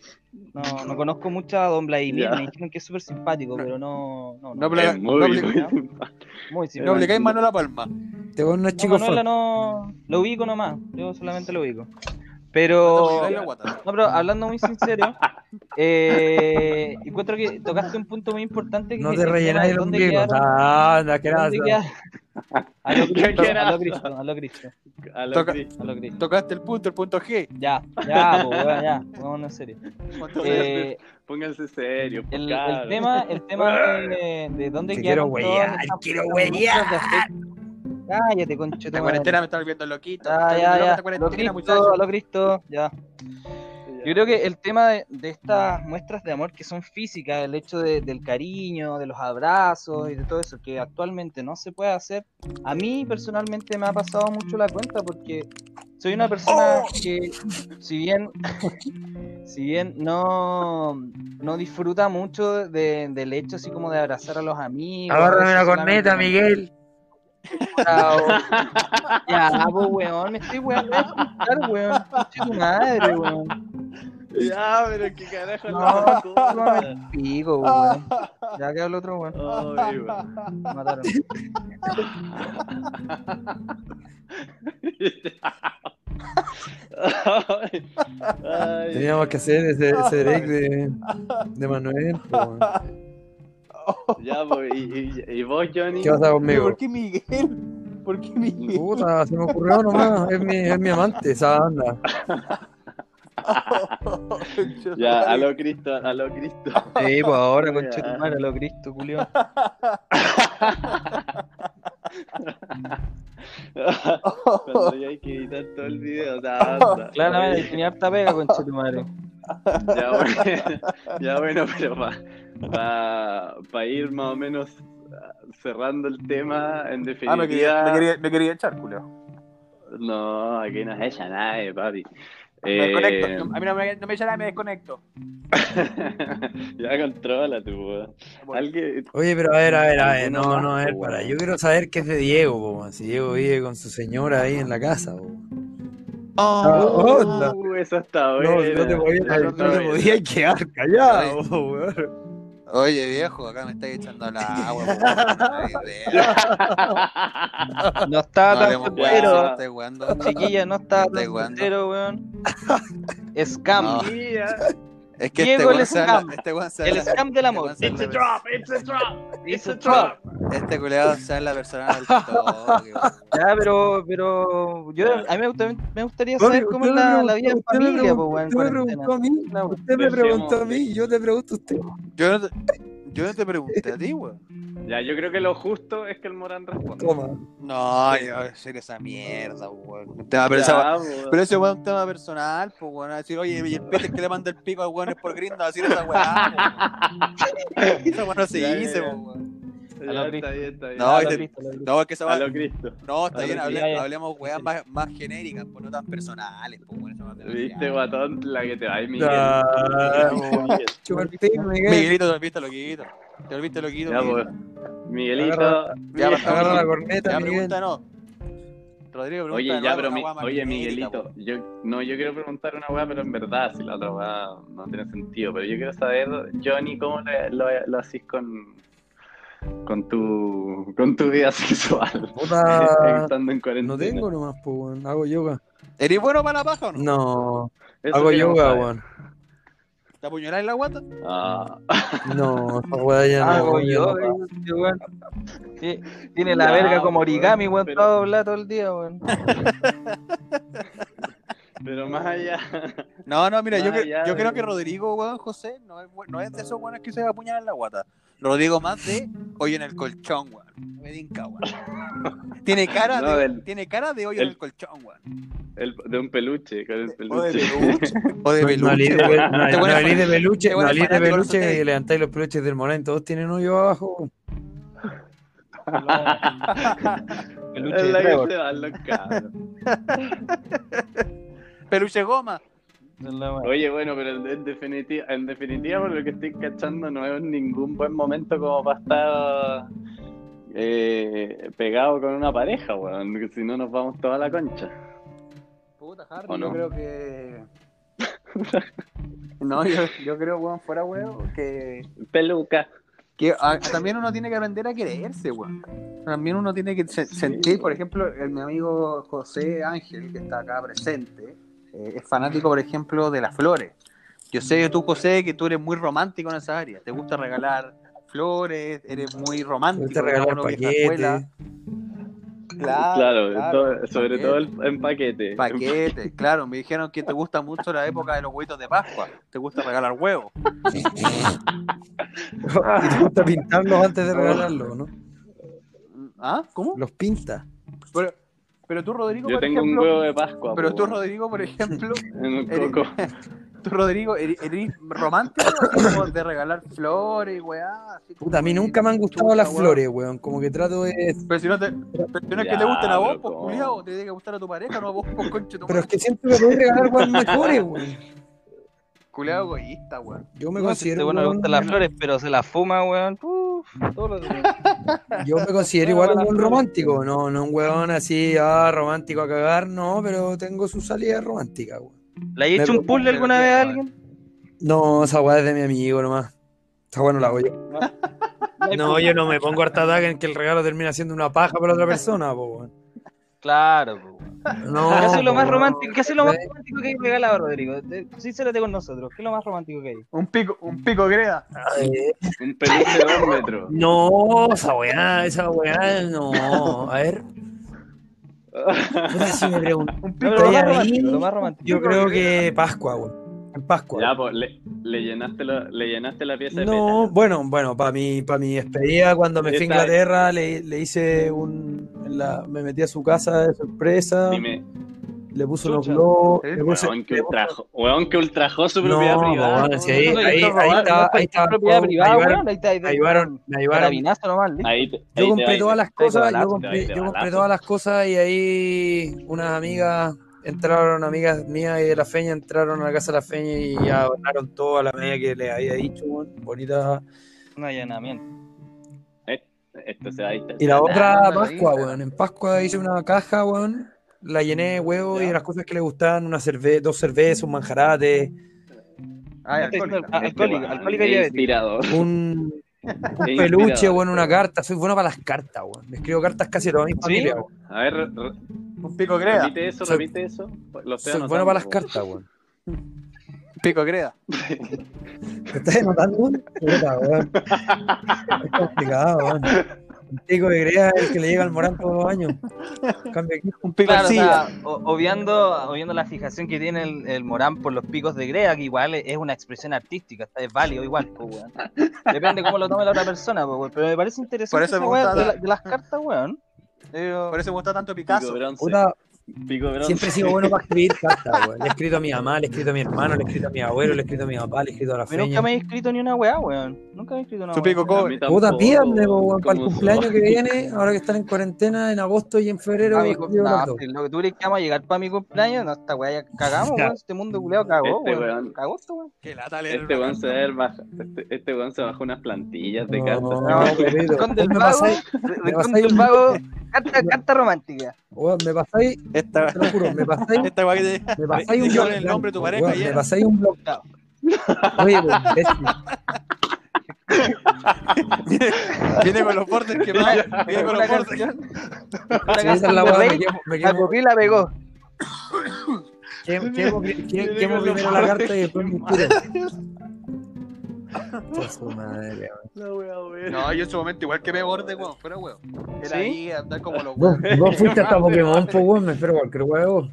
Speaker 4: No, no conozco mucho a Don Vladimir,
Speaker 1: Ya.
Speaker 4: me dijeron que es súper simpático, pero no... No,
Speaker 2: No,
Speaker 4: no,
Speaker 2: pero-
Speaker 1: Es muy,
Speaker 2: doble-
Speaker 1: muy
Speaker 4: ¿no?
Speaker 1: simpático.
Speaker 4: muy
Speaker 2: No
Speaker 4: simpático.
Speaker 2: obligáis Manuela Palma.
Speaker 3: Este weón no es
Speaker 4: No,
Speaker 3: chico
Speaker 4: Manuela
Speaker 3: fuerte.
Speaker 4: no... Lo ubico nomás, yo solamente lo ubico.
Speaker 2: No te
Speaker 4: Pero...
Speaker 2: obligáis la guata.
Speaker 4: No, pero hablando muy sincero, eh, encuentro que tocaste un punto muy importante. Que
Speaker 3: No
Speaker 4: es
Speaker 3: te
Speaker 4: el tema
Speaker 3: rellenáis
Speaker 4: de
Speaker 3: el
Speaker 4: dónde
Speaker 3: ombligo.
Speaker 4: quedaron-
Speaker 3: Anda, que
Speaker 4: dónde quedaron- A lo Cristo,
Speaker 1: ¿Qué era?
Speaker 4: a lo Cristo, a lo Cristo,
Speaker 1: Aló,
Speaker 2: Toca-
Speaker 1: Cristo.
Speaker 4: a lo Cristo.
Speaker 2: Tocaste el punto, el punto G.
Speaker 4: Ya, ya, po, weón, ya, vamos en serio. Eh,
Speaker 1: Pónganse serio. po,
Speaker 4: el, el
Speaker 1: cabros.
Speaker 4: tema, el tema de, de dónde
Speaker 3: Te
Speaker 4: quedaron
Speaker 3: quiero
Speaker 4: todas
Speaker 3: huear,
Speaker 4: estas
Speaker 3: quiero
Speaker 4: putas muestras de afecto. Cállate, conche tu
Speaker 2: Esta
Speaker 4: madre.
Speaker 2: cuarentena me está volviendo loquito. me
Speaker 4: Ah, Ya,
Speaker 2: está volviendo
Speaker 4: ya,
Speaker 2: loco
Speaker 4: ya.
Speaker 2: esta
Speaker 4: Lo
Speaker 2: cuarentena,
Speaker 4: Cristo,
Speaker 2: muchachos.
Speaker 4: lo Cristo, ya. Yo creo que el tema de, de estas muestras de amor que son físicas, el hecho de- del cariño, de los abrazos y de todo eso, que actualmente no se puede hacer, a mí personalmente me ha pasado mucho la cuenta porque soy una persona que, si bien, si bien no, no disfruta mucho de- del hecho así como de abrazar a los amigos.
Speaker 3: Agárrame la
Speaker 4: eso solamente
Speaker 3: corneta,
Speaker 4: cuando-
Speaker 3: Miguel.
Speaker 4: Ya, pues, weón, me estoy weón, me voy a escuchar, weón, conche tu madre, weón.
Speaker 1: Ya, pero qué carajo.
Speaker 4: No,
Speaker 1: la-
Speaker 4: no me pico, weón. Ya que hablo otro, weón.
Speaker 1: Ay, weón.
Speaker 4: me Mataron.
Speaker 1: Ay,
Speaker 3: Teníamos que hacer ese, ese break de, de Manuel. po, weón.
Speaker 1: Ya, pues, y, y- y vos, Johnny.
Speaker 3: ¿Qué pasa
Speaker 2: Pero
Speaker 3: conmigo?
Speaker 2: ¿Por qué Miguel? ¿Por qué Miguel?
Speaker 3: Puta, se me ocurrió nomás. Es mi, es mi amante esa banda.
Speaker 1: Ya, a lo Cristo, a lo Cristo.
Speaker 4: Sí, pues ahora,
Speaker 1: Ya.
Speaker 4: conchetumare, lo Cristo, culión.
Speaker 1: Cuando ya hay que editar todo el video, o sea, anda.
Speaker 4: Claramente, tenía harta pega, conchetumare.
Speaker 1: Ya bueno, ya bueno, pero para ir más o menos cerrando el tema, en definitiva.
Speaker 2: Ah, me quería, me quería, me quería echar, Julio.
Speaker 1: No, aquí no se echa nadie, papi.
Speaker 2: Me
Speaker 1: Eh,
Speaker 2: desconecto. No, A mí no me, no me echa nada, me desconecto.
Speaker 1: ya controla tu weón. Alguien.
Speaker 3: Oye, pero a ver, a ver, a ver. No,
Speaker 1: Alguno
Speaker 3: no, a
Speaker 1: más,
Speaker 3: ver,
Speaker 1: po,
Speaker 3: para.
Speaker 1: weón.
Speaker 3: Yo quiero saber qué es de Diego, po, weón, si Diego vive con su señora ahí en la casa. po.
Speaker 4: Ah, oh.
Speaker 3: onda.
Speaker 1: Uh, esa está
Speaker 3: No,
Speaker 1: buena.
Speaker 3: no te podías,
Speaker 1: Esa
Speaker 3: no
Speaker 1: está
Speaker 3: te
Speaker 1: buena.
Speaker 3: podías quedar callado, po, weón.
Speaker 2: Oye, viejo, acá me estáis echando la agua. po.
Speaker 4: No estaba
Speaker 2: No
Speaker 4: tan
Speaker 2: hablemos weá,
Speaker 1: soltero.
Speaker 4: soltero.
Speaker 2: estáis weando.
Speaker 4: Chiquilla, no estaba
Speaker 2: Estoy
Speaker 4: tan
Speaker 2: jugando.
Speaker 4: soltero, weón. Scam.
Speaker 2: No.
Speaker 1: Sí, ya.
Speaker 2: Es que
Speaker 4: Diego
Speaker 2: este
Speaker 4: el
Speaker 2: weón se
Speaker 4: scam.
Speaker 2: habla- este weón se
Speaker 4: El
Speaker 2: habla-
Speaker 4: scam del amor.
Speaker 2: Este weón se habla-
Speaker 1: it's a drop,
Speaker 4: It's a trap.
Speaker 2: Este culeado se habla personal al toque, weón.
Speaker 4: Ya, pero, pero yo, a mí me, gusta- me gustaría saber
Speaker 3: Oye,
Speaker 4: cómo es
Speaker 3: usted me
Speaker 4: la,
Speaker 3: preguntó-
Speaker 4: la vida en
Speaker 3: usted me
Speaker 4: familia, pues,
Speaker 3: preguntó-
Speaker 4: weón.
Speaker 3: Usted me preguntó a mí,
Speaker 4: cuarentena. No,
Speaker 3: usted me
Speaker 1: dejemos-
Speaker 3: preguntó a mí, yo te pregunto a usted.
Speaker 2: Yo no te, yo no te pregunté a ti, weón.
Speaker 1: Ya, yo creo que lo justo es que el Morán responda.
Speaker 3: Toma.
Speaker 2: No, yo soy esa mierda, weón. Un tema pero esa-
Speaker 1: Ya, weón.
Speaker 2: pero ese weón es un tema personal, pues weón. A decir, oye, y el pete que le manda el pico a weón es por grindo, a decir esa weá. po, weón. Esa weón no se
Speaker 1: Ya, ya,
Speaker 2: dice,
Speaker 1: ya.
Speaker 2: po, weón.
Speaker 1: Ya,
Speaker 4: A lo
Speaker 1: está bien, está bien.
Speaker 2: No,
Speaker 1: A
Speaker 4: lo
Speaker 1: lo-
Speaker 2: este-
Speaker 4: Cristo, lo Cristo.
Speaker 2: No, es que esa
Speaker 1: a
Speaker 2: weá.
Speaker 1: lo Cristo.
Speaker 2: No, está
Speaker 1: a lo
Speaker 2: bien,
Speaker 1: que
Speaker 2: hable-
Speaker 4: haya.
Speaker 2: hablemos weas más, más genéricas, pues no tan personales, pues weón. esa weá es
Speaker 1: Viste,
Speaker 2: demasiado.
Speaker 1: guatón, la que te va ahí, Miguel.
Speaker 3: Ah,
Speaker 1: Miguel.
Speaker 3: Chupartín, Miguel.
Speaker 2: Miguelito, te volviste loquito. Te volviste loquito.
Speaker 1: Ya,
Speaker 2: Miguel.
Speaker 1: pues, Miguelito.
Speaker 2: Ya,
Speaker 1: Miguel.
Speaker 2: pues,
Speaker 3: Agarra la
Speaker 2: Ya,
Speaker 3: corneta, Miguel.
Speaker 2: pregunta no. Rodrigo, pregunta
Speaker 1: Oye,
Speaker 2: de
Speaker 1: ya,
Speaker 2: nuevo
Speaker 1: pero
Speaker 2: una
Speaker 1: mi-
Speaker 2: weá más
Speaker 1: oye,
Speaker 2: genérica, pues,
Speaker 1: Miguelito, yo no, yo quiero preguntar una weá, pero en verdad, si la otra weá no tiene sentido, pero yo quiero saber, Johnny, cómo le- lo, lo hacís con con tu con tu vida sexual.
Speaker 3: Puta,
Speaker 1: Estando en cuarentena.
Speaker 3: Ah, No tengo nomás, pues, weón. Hago yoga.
Speaker 2: po. ¿Eres bueno para la paja o no?
Speaker 3: No,
Speaker 1: Eso
Speaker 3: hago
Speaker 1: queremos
Speaker 3: yoga,
Speaker 1: saber.
Speaker 3: weón.
Speaker 2: ¿Te apuñalás en la guata?
Speaker 1: Ah,
Speaker 3: No, esa weá ya no.
Speaker 4: Hago
Speaker 3: ya
Speaker 4: yo,
Speaker 3: no.
Speaker 4: este weón. Sí, Tiene la
Speaker 1: Ya,
Speaker 4: verga como origami,
Speaker 1: weón,
Speaker 4: weón,
Speaker 1: pero-
Speaker 4: toda doblada todo el día, weón.
Speaker 1: pero más allá.
Speaker 2: No, no, mira, yo,
Speaker 1: Ah,
Speaker 2: cre-
Speaker 1: ya,
Speaker 2: yo
Speaker 1: güey.
Speaker 2: creo que Rodrigo, weón, José, no es, bu- no es de esos buenos que se apuñalan en la guata. Rodrigo más de hoyo en el colchón, weón. Me dinca, weón. Tiene cara,
Speaker 1: No,
Speaker 2: de,
Speaker 1: del-
Speaker 2: tiene cara de hoyo
Speaker 1: el-
Speaker 2: en el colchón, weón.
Speaker 1: El- de un peluche, con el
Speaker 2: O de
Speaker 1: peluche.
Speaker 2: peluche. O de
Speaker 3: No alí
Speaker 2: peluche.
Speaker 3: de
Speaker 2: weón. Este weón es
Speaker 3: nariz de peluche,
Speaker 2: este weón es
Speaker 3: nariz de
Speaker 2: fanático de los
Speaker 3: peluche,
Speaker 2: hoteles.
Speaker 3: y levantáis los peluches del moreno, todos tienen hoyo abajo. weón.
Speaker 4: Peluche
Speaker 1: es
Speaker 4: de
Speaker 1: la que
Speaker 4: Trevor.
Speaker 1: se van los cabros.
Speaker 2: Peluche goma.
Speaker 4: Es la weá.
Speaker 1: Oye, bueno, pero en definitiva, en definitiva, por lo que estoy cachando, no es ningún buen momento como para estar eh, pegado con una pareja, weón, que si no nos vamos toda la concha.
Speaker 2: Puta, Harry,
Speaker 1: ¿O
Speaker 2: yo
Speaker 1: no?
Speaker 2: creo que. No, yo, yo creo, weón, fuera, weón, que.
Speaker 1: Peluca.
Speaker 2: que ah, también uno tiene que aprender a quererse, weón. También uno tiene que se- sentir, por ejemplo, el- mi amigo José Ángel, que está acá presente, eh, es fanático, por ejemplo, de las flores. Yo sé que tú, José, que tú eres muy romántico en esa área. Te gusta regalar flores, eres muy
Speaker 3: Me
Speaker 2: romántico.
Speaker 3: gusta
Speaker 2: eres
Speaker 3: regalar
Speaker 2: uno vieja escuela.
Speaker 3: paquetes.
Speaker 2: Claro,
Speaker 1: claro,
Speaker 2: claro,
Speaker 1: todo- sobre todo el, en paquete.
Speaker 2: Paquetes, claro, me dijeron que te gusta mucho la época de los huevitos de Pascua, te gusta regalar huevos.
Speaker 3: Y te gusta pintarlos antes de regalarlos, ¿no?
Speaker 2: ¿Ah? ¿Cómo?
Speaker 3: Los pinta.
Speaker 2: Pero, pero tú, Rodrigo,
Speaker 1: Yo
Speaker 2: por
Speaker 1: tengo un
Speaker 2: ejemplo,
Speaker 1: huevo de Pascua.
Speaker 2: Pero tú,
Speaker 1: weón,
Speaker 2: Rodrigo, por ejemplo,
Speaker 1: En un
Speaker 2: eres-
Speaker 1: coco.
Speaker 2: tú, Rodrigo, eri- eres romántico así como de regalar flores, weá. así como
Speaker 3: Puta, a mí
Speaker 2: de-
Speaker 3: nunca me han gustado
Speaker 2: chuta,
Speaker 3: las
Speaker 2: weá.
Speaker 3: flores, weón. Como que trato de.
Speaker 2: Pero si no, te, pero si no es que
Speaker 1: Ya,
Speaker 2: te gusten a vos,
Speaker 1: pero
Speaker 2: pues
Speaker 1: ¿cómo?
Speaker 2: culiao, te tiene que gustar a tu pareja, no a vos, pues concho, tu
Speaker 3: Pero es que siempre me pueden regalar weón mejores, weón.
Speaker 2: culiao egoísta, weón.
Speaker 3: Yo me
Speaker 4: No, si este
Speaker 3: considero.
Speaker 4: bueno le
Speaker 3: weón,
Speaker 4: gustan las flores, pero se las fuma, weón. Uf, todos los días.
Speaker 3: Yo me considero igual
Speaker 4: Bueno,
Speaker 3: un
Speaker 4: las
Speaker 3: buen
Speaker 4: flores.
Speaker 3: romántico, no, no un weón así, ah, romántico a cagar, no, pero tengo su salida romántica, weón.
Speaker 4: ¿Le has hecho
Speaker 3: Me-
Speaker 4: un puzzle
Speaker 2: pero
Speaker 4: alguna
Speaker 2: qué
Speaker 4: vez a
Speaker 2: mal.
Speaker 4: alguien?
Speaker 3: No, esa weá es de mi amigo nomás. Esa weá no la hago yo. No, yo no me pongo harta daga en que el regalo termina siendo una paja para otra persona, po, weón.
Speaker 4: Claro, pues, weón.
Speaker 3: No,
Speaker 4: Casi lo más
Speaker 3: no.
Speaker 4: romántico, casi lo más romántico que hay regalado, Rodrigo. Te- Sincérate con nosotros, ¿qué es lo más romántico que hay?
Speaker 2: Un pico, un pico greda.
Speaker 3: Eh,
Speaker 1: Un peluche de dos metros.
Speaker 3: No, esa weá, esa weá, no. A ver, puta, si me preguntan.
Speaker 2: Un
Speaker 4: No,
Speaker 2: pico
Speaker 4: pero lo
Speaker 3: Estoy
Speaker 4: más
Speaker 3: ahí.
Speaker 4: romántico, lo más romántico.
Speaker 3: Yo creo que Pascua, weón. En Pascua.
Speaker 1: Ya, pues, le, le llenaste la, le llenaste la pieza de
Speaker 3: No, bueno, bueno, para mi, para mi despedida, cuando me fui a
Speaker 1: Está-
Speaker 3: Inglaterra, le, le hice un. en la- me metí a su casa de sorpresa,
Speaker 1: pétalos. Dime,
Speaker 3: le puse unos
Speaker 4: chucha.
Speaker 3: globos.
Speaker 2: Sí,
Speaker 3: le puse-
Speaker 1: weón que,
Speaker 3: le-
Speaker 1: ultrajo, weón que ultrajó su
Speaker 3: No,
Speaker 1: propiedad privada.
Speaker 3: weón, sí, ahí,
Speaker 4: No, no,
Speaker 3: ahí,
Speaker 4: no, no,
Speaker 3: ahí
Speaker 4: no,
Speaker 3: estaba-
Speaker 4: no,
Speaker 3: Ah, oh, ahí estaba
Speaker 4: propiedad
Speaker 3: todo, me
Speaker 4: privada,
Speaker 3: ayudaron,
Speaker 4: weón, ahí está, ahí está.
Speaker 3: me ayudaron, me ayudaron.
Speaker 4: Carabinazo nomás, listo.
Speaker 1: Ahí te- ahí
Speaker 3: Yo
Speaker 1: te
Speaker 3: compré
Speaker 1: va-
Speaker 3: todas las
Speaker 4: te va
Speaker 3: cosas, yo
Speaker 4: balazo,
Speaker 1: te
Speaker 3: compré,
Speaker 1: va
Speaker 3: yo compré
Speaker 1: balazo.
Speaker 3: todas las cosas y ahí unas amigas entraron, amigas mías y de la feña, entraron a la casa de la feña y adornaron todo a la medida que les había dicho, weón. bonita.
Speaker 4: No allanamiento.
Speaker 1: Esto se va a distanciar.
Speaker 3: Y la otra
Speaker 2: Nah,
Speaker 3: Pascua,
Speaker 2: maravilla.
Speaker 3: weón. En Pascua hice una caja, weón. La llené de huevos y de las cosas que le gustaban, una cerve dos cervezas, un manjarate,
Speaker 2: Ay,
Speaker 4: Estoy
Speaker 2: alcohólica.
Speaker 4: diciendo, Alcohólica,
Speaker 1: Este, weón,
Speaker 4: alcohólica
Speaker 1: es
Speaker 4: y diabética.
Speaker 1: inspirador.
Speaker 3: un, un
Speaker 1: Es
Speaker 3: peluche,
Speaker 1: inspirador.
Speaker 3: weón, una carta. Soy bueno para las cartas, weón. Le escribo cartas casi a toda mi familia, weón.
Speaker 1: A ver, re- re-
Speaker 2: Un pico greda.
Speaker 1: repite eso,
Speaker 3: Soy-
Speaker 1: repite eso. Lo estoy
Speaker 3: Soy
Speaker 1: anotando,
Speaker 3: bueno para las
Speaker 1: weón.
Speaker 3: cartas, weón.
Speaker 2: Pico greda.
Speaker 3: ¿Te estás notando? Puta, weón. Es complicado, weón. Un pico de grea es el que le llega al morán todos los años. Cambio aquí.
Speaker 2: Un pico
Speaker 4: Claro, o
Speaker 2: arcilla.
Speaker 4: sea, o- obviando, obviando la fijación que tiene el, el Morán por los picos de Greda, que igual es- es una expresión artística, está- es válido igual, pues, weón. Depende cómo lo tome la otra persona, pues, weón. Pero me parece interesante
Speaker 2: Por eso
Speaker 4: esa
Speaker 2: me
Speaker 4: weá
Speaker 2: gusta
Speaker 4: de,
Speaker 2: la-
Speaker 4: la- de las cartas, weón. Eh,
Speaker 2: Por eso me gusta tanto
Speaker 1: Pico
Speaker 2: Picasso.
Speaker 1: bronce.
Speaker 3: Puta,
Speaker 1: Pico bronce.
Speaker 3: Siempre he sido bueno para escribir cartas, weón. Le he escrito a mi mamá, le he escrito a mi hermano, le he escrito a mi abuelo, le he escrito a mi papá, le he escrito a la
Speaker 4: pero nunca
Speaker 3: feña.
Speaker 4: me he inscrito ni una weá, weón. Nunca me he inscrito una
Speaker 2: Su
Speaker 4: weá.
Speaker 2: pico
Speaker 1: A
Speaker 2: cobre.
Speaker 1: mí tampoco,
Speaker 3: Puta, pídanme, po,
Speaker 1: weón,
Speaker 3: weón, para el
Speaker 1: como- Este
Speaker 3: cumpleaños que viene, ahora que están en cuarentena en agosto y en febrero.
Speaker 4: Ah,
Speaker 3: les
Speaker 4: mi cum-
Speaker 3: escribo
Speaker 4: nah,
Speaker 3: las dos.
Speaker 4: si lo que tú crees que vamos a llegar para mi cumpleaños, no, esta weá ya cagamos,
Speaker 3: Ya.
Speaker 4: weón. Este mundo culeado cagó,
Speaker 1: Este weón.
Speaker 4: weón. Cagó esta weón.
Speaker 2: Qué lata leer
Speaker 1: Este
Speaker 2: una
Speaker 1: weón
Speaker 2: carta.
Speaker 1: se va a ver baja- este- este weón se bajó unas plantillas de
Speaker 3: No,
Speaker 1: cartas.
Speaker 3: no, querido.
Speaker 4: Rincón del
Speaker 3: Me
Speaker 4: vago,
Speaker 3: pasáis- me
Speaker 4: rincón
Speaker 3: pasáis
Speaker 4: del
Speaker 3: un-
Speaker 4: vago, carta, carta romántica.
Speaker 3: weón, me pasáis,
Speaker 2: Esta
Speaker 3: te lo juro, me pasáis
Speaker 2: esta weá que te-
Speaker 3: Me pasáis un
Speaker 2: Dígale
Speaker 3: bloque
Speaker 2: el
Speaker 3: blanco,
Speaker 2: nombre de tu pareja
Speaker 3: weón,
Speaker 2: y
Speaker 3: Me
Speaker 2: ya.
Speaker 3: pasáis un bloqueado. Oye, weón, imbécil.
Speaker 2: viene con los bordes que más. Viene con
Speaker 4: Una
Speaker 2: los bordes.
Speaker 4: canción. Una
Speaker 3: Si esa es
Speaker 4: canción
Speaker 3: la
Speaker 4: de
Speaker 3: weá, me
Speaker 4: Rey,
Speaker 3: quemo- me
Speaker 4: La
Speaker 3: quemo-
Speaker 4: copié y la pegó.
Speaker 3: quemo- quemo- quemo-
Speaker 1: Tiene
Speaker 3: quemo
Speaker 1: que lo
Speaker 3: primero la carta y
Speaker 1: protege
Speaker 3: después me
Speaker 1: más.
Speaker 3: tiro. Por su madre, weón.
Speaker 1: La wea, weón.
Speaker 2: No, yo en su momento igual que me borde, weón. Fuera weón. Era
Speaker 4: ¿Sí?
Speaker 2: ahí andar como los
Speaker 3: Vos,
Speaker 2: weón.
Speaker 3: vos fuiste hasta Pokémon, po, weón, me espero cualquier huevo.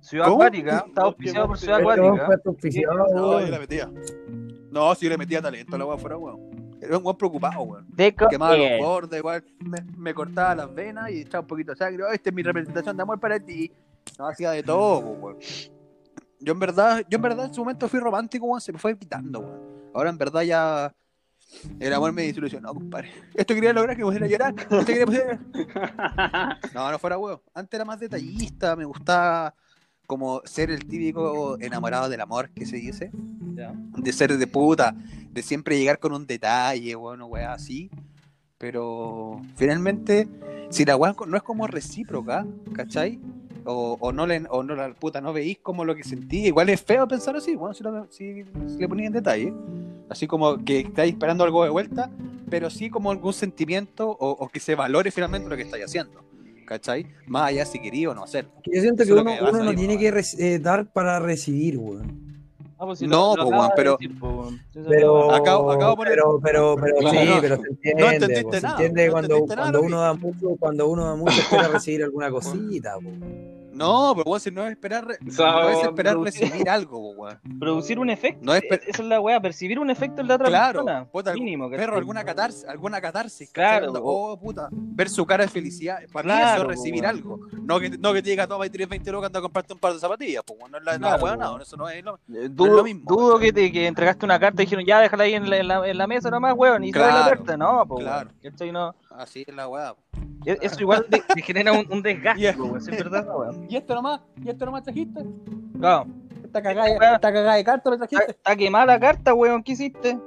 Speaker 4: Ciudad
Speaker 2: ¿Cómo?
Speaker 4: Acuática, está auspiciado por Ciudad
Speaker 3: Este weón fue
Speaker 4: Acuática.
Speaker 3: hasta auspiciado,
Speaker 2: No, yo
Speaker 3: weón.
Speaker 2: le metía. No, si yo le metía talento a la weá fuera weón. Era un weón preocupado, weón.
Speaker 4: Deco,
Speaker 2: quemaba los
Speaker 4: eh,
Speaker 2: bordes, igual. Me, me cortaba las venas y echaba un poquito de sangre. "Oh, esta es mi representación de amor para ti. No hacía de todo, po, weón. Yo en verdad, yo en verdad en su momento fui romántico, weón, se me fue quitando, weón. Ahora en verdad ya el amor me desilusionó, compadre. Esto quería lograr que me pusiera a llorar. Esto quería poner- No, no fuera weón. Antes era más detallista, me gustaba como ser el típico enamorado del amor que se dice.
Speaker 4: Ya.
Speaker 2: De ser de puta, de siempre llegar con un detalle, bueno, weá, así. Pero finalmente, si la weá no es como recíproca, ¿cachai? O, o no le, o no la puta, no veís como lo que sentí. Igual es feo pensar así, bueno, si, lo- si- si le ponía en detalle. Así como que estáis esperando algo de vuelta, pero sí como algún sentimiento o, o que se valore finalmente lo que estáis haciendo. ¿Cachai? Más allá si quería o no hacerlo.
Speaker 3: Que Yo siento
Speaker 2: Eso
Speaker 3: que
Speaker 2: es lo
Speaker 3: uno,
Speaker 2: que va a
Speaker 3: uno no
Speaker 2: salir,
Speaker 3: tiene
Speaker 2: weón.
Speaker 3: que res- eh, dar para recibir, weón.
Speaker 4: ah, pues si
Speaker 2: No, po,
Speaker 4: acaba
Speaker 2: weón,
Speaker 4: de
Speaker 2: pero- Ah,
Speaker 4: decir, po, weón. Eso
Speaker 3: Pero,
Speaker 2: Acabo- acabo de poner-
Speaker 3: pero, pero, pero,
Speaker 1: Claro,
Speaker 3: sí,
Speaker 2: no.
Speaker 3: pero se entiende.
Speaker 2: No entendiste
Speaker 3: weón, se
Speaker 2: nada,
Speaker 3: entiende
Speaker 2: no
Speaker 3: cuando,
Speaker 2: entendiste nada,
Speaker 3: cuando
Speaker 2: lo
Speaker 3: uno da mucho, cuando uno da mucho espera recibir alguna cosita, weón.
Speaker 2: No, pero weón, si no es esperar, re-
Speaker 1: O sea,
Speaker 2: no es esperar
Speaker 4: pero-
Speaker 2: recibir algo, po, weón.
Speaker 4: producir un efecto,
Speaker 2: No es
Speaker 4: eh,
Speaker 2: per-
Speaker 4: esa es la weá, percibir un efecto en la otra
Speaker 2: Claro,
Speaker 4: persona.
Speaker 2: puta,
Speaker 4: mínimo, ¿cachai?
Speaker 2: Perro, alguna catarsis, alguna catarsis.
Speaker 4: Claro,
Speaker 2: ¿cachai? Onda,
Speaker 4: o-
Speaker 2: Oh, puta. Ver su cara de felicidad. Para mí
Speaker 4: Claro,
Speaker 2: eso es
Speaker 4: po,
Speaker 2: recibir
Speaker 4: weón.
Speaker 2: algo. No que, no que te diga, toma y tienes 20 lucas, anda a comprarte un par de zapatillas. Pues, no es la,
Speaker 4: Claro,
Speaker 2: no, weón,
Speaker 4: weón.
Speaker 2: no, eso no es lo
Speaker 4: Eh, Dudo,
Speaker 2: lo mismo,
Speaker 4: dudo que, te, que entregaste una carta y dijeron, ya, déjala ahí en la, en la, en la mesa nomás, weón, y trae la
Speaker 2: Claro,
Speaker 4: carta. No, po,
Speaker 2: claro.
Speaker 4: weón, ¿cachai? No,
Speaker 2: Así es la weá. po.
Speaker 4: e- eso igual te, te genera un, un desgaste,
Speaker 2: Yeah.
Speaker 4: po, weón, ¿sí es verdad, weón.
Speaker 2: ¿Y esto nomás? ¿Y esto nomás trajiste?
Speaker 4: No,
Speaker 2: ¿Esta
Speaker 4: Esta weá-
Speaker 2: cagada, esta cagada de carta la
Speaker 4: está-
Speaker 2: trajiste?
Speaker 4: está quemada la carta, weón, ¿qué hiciste?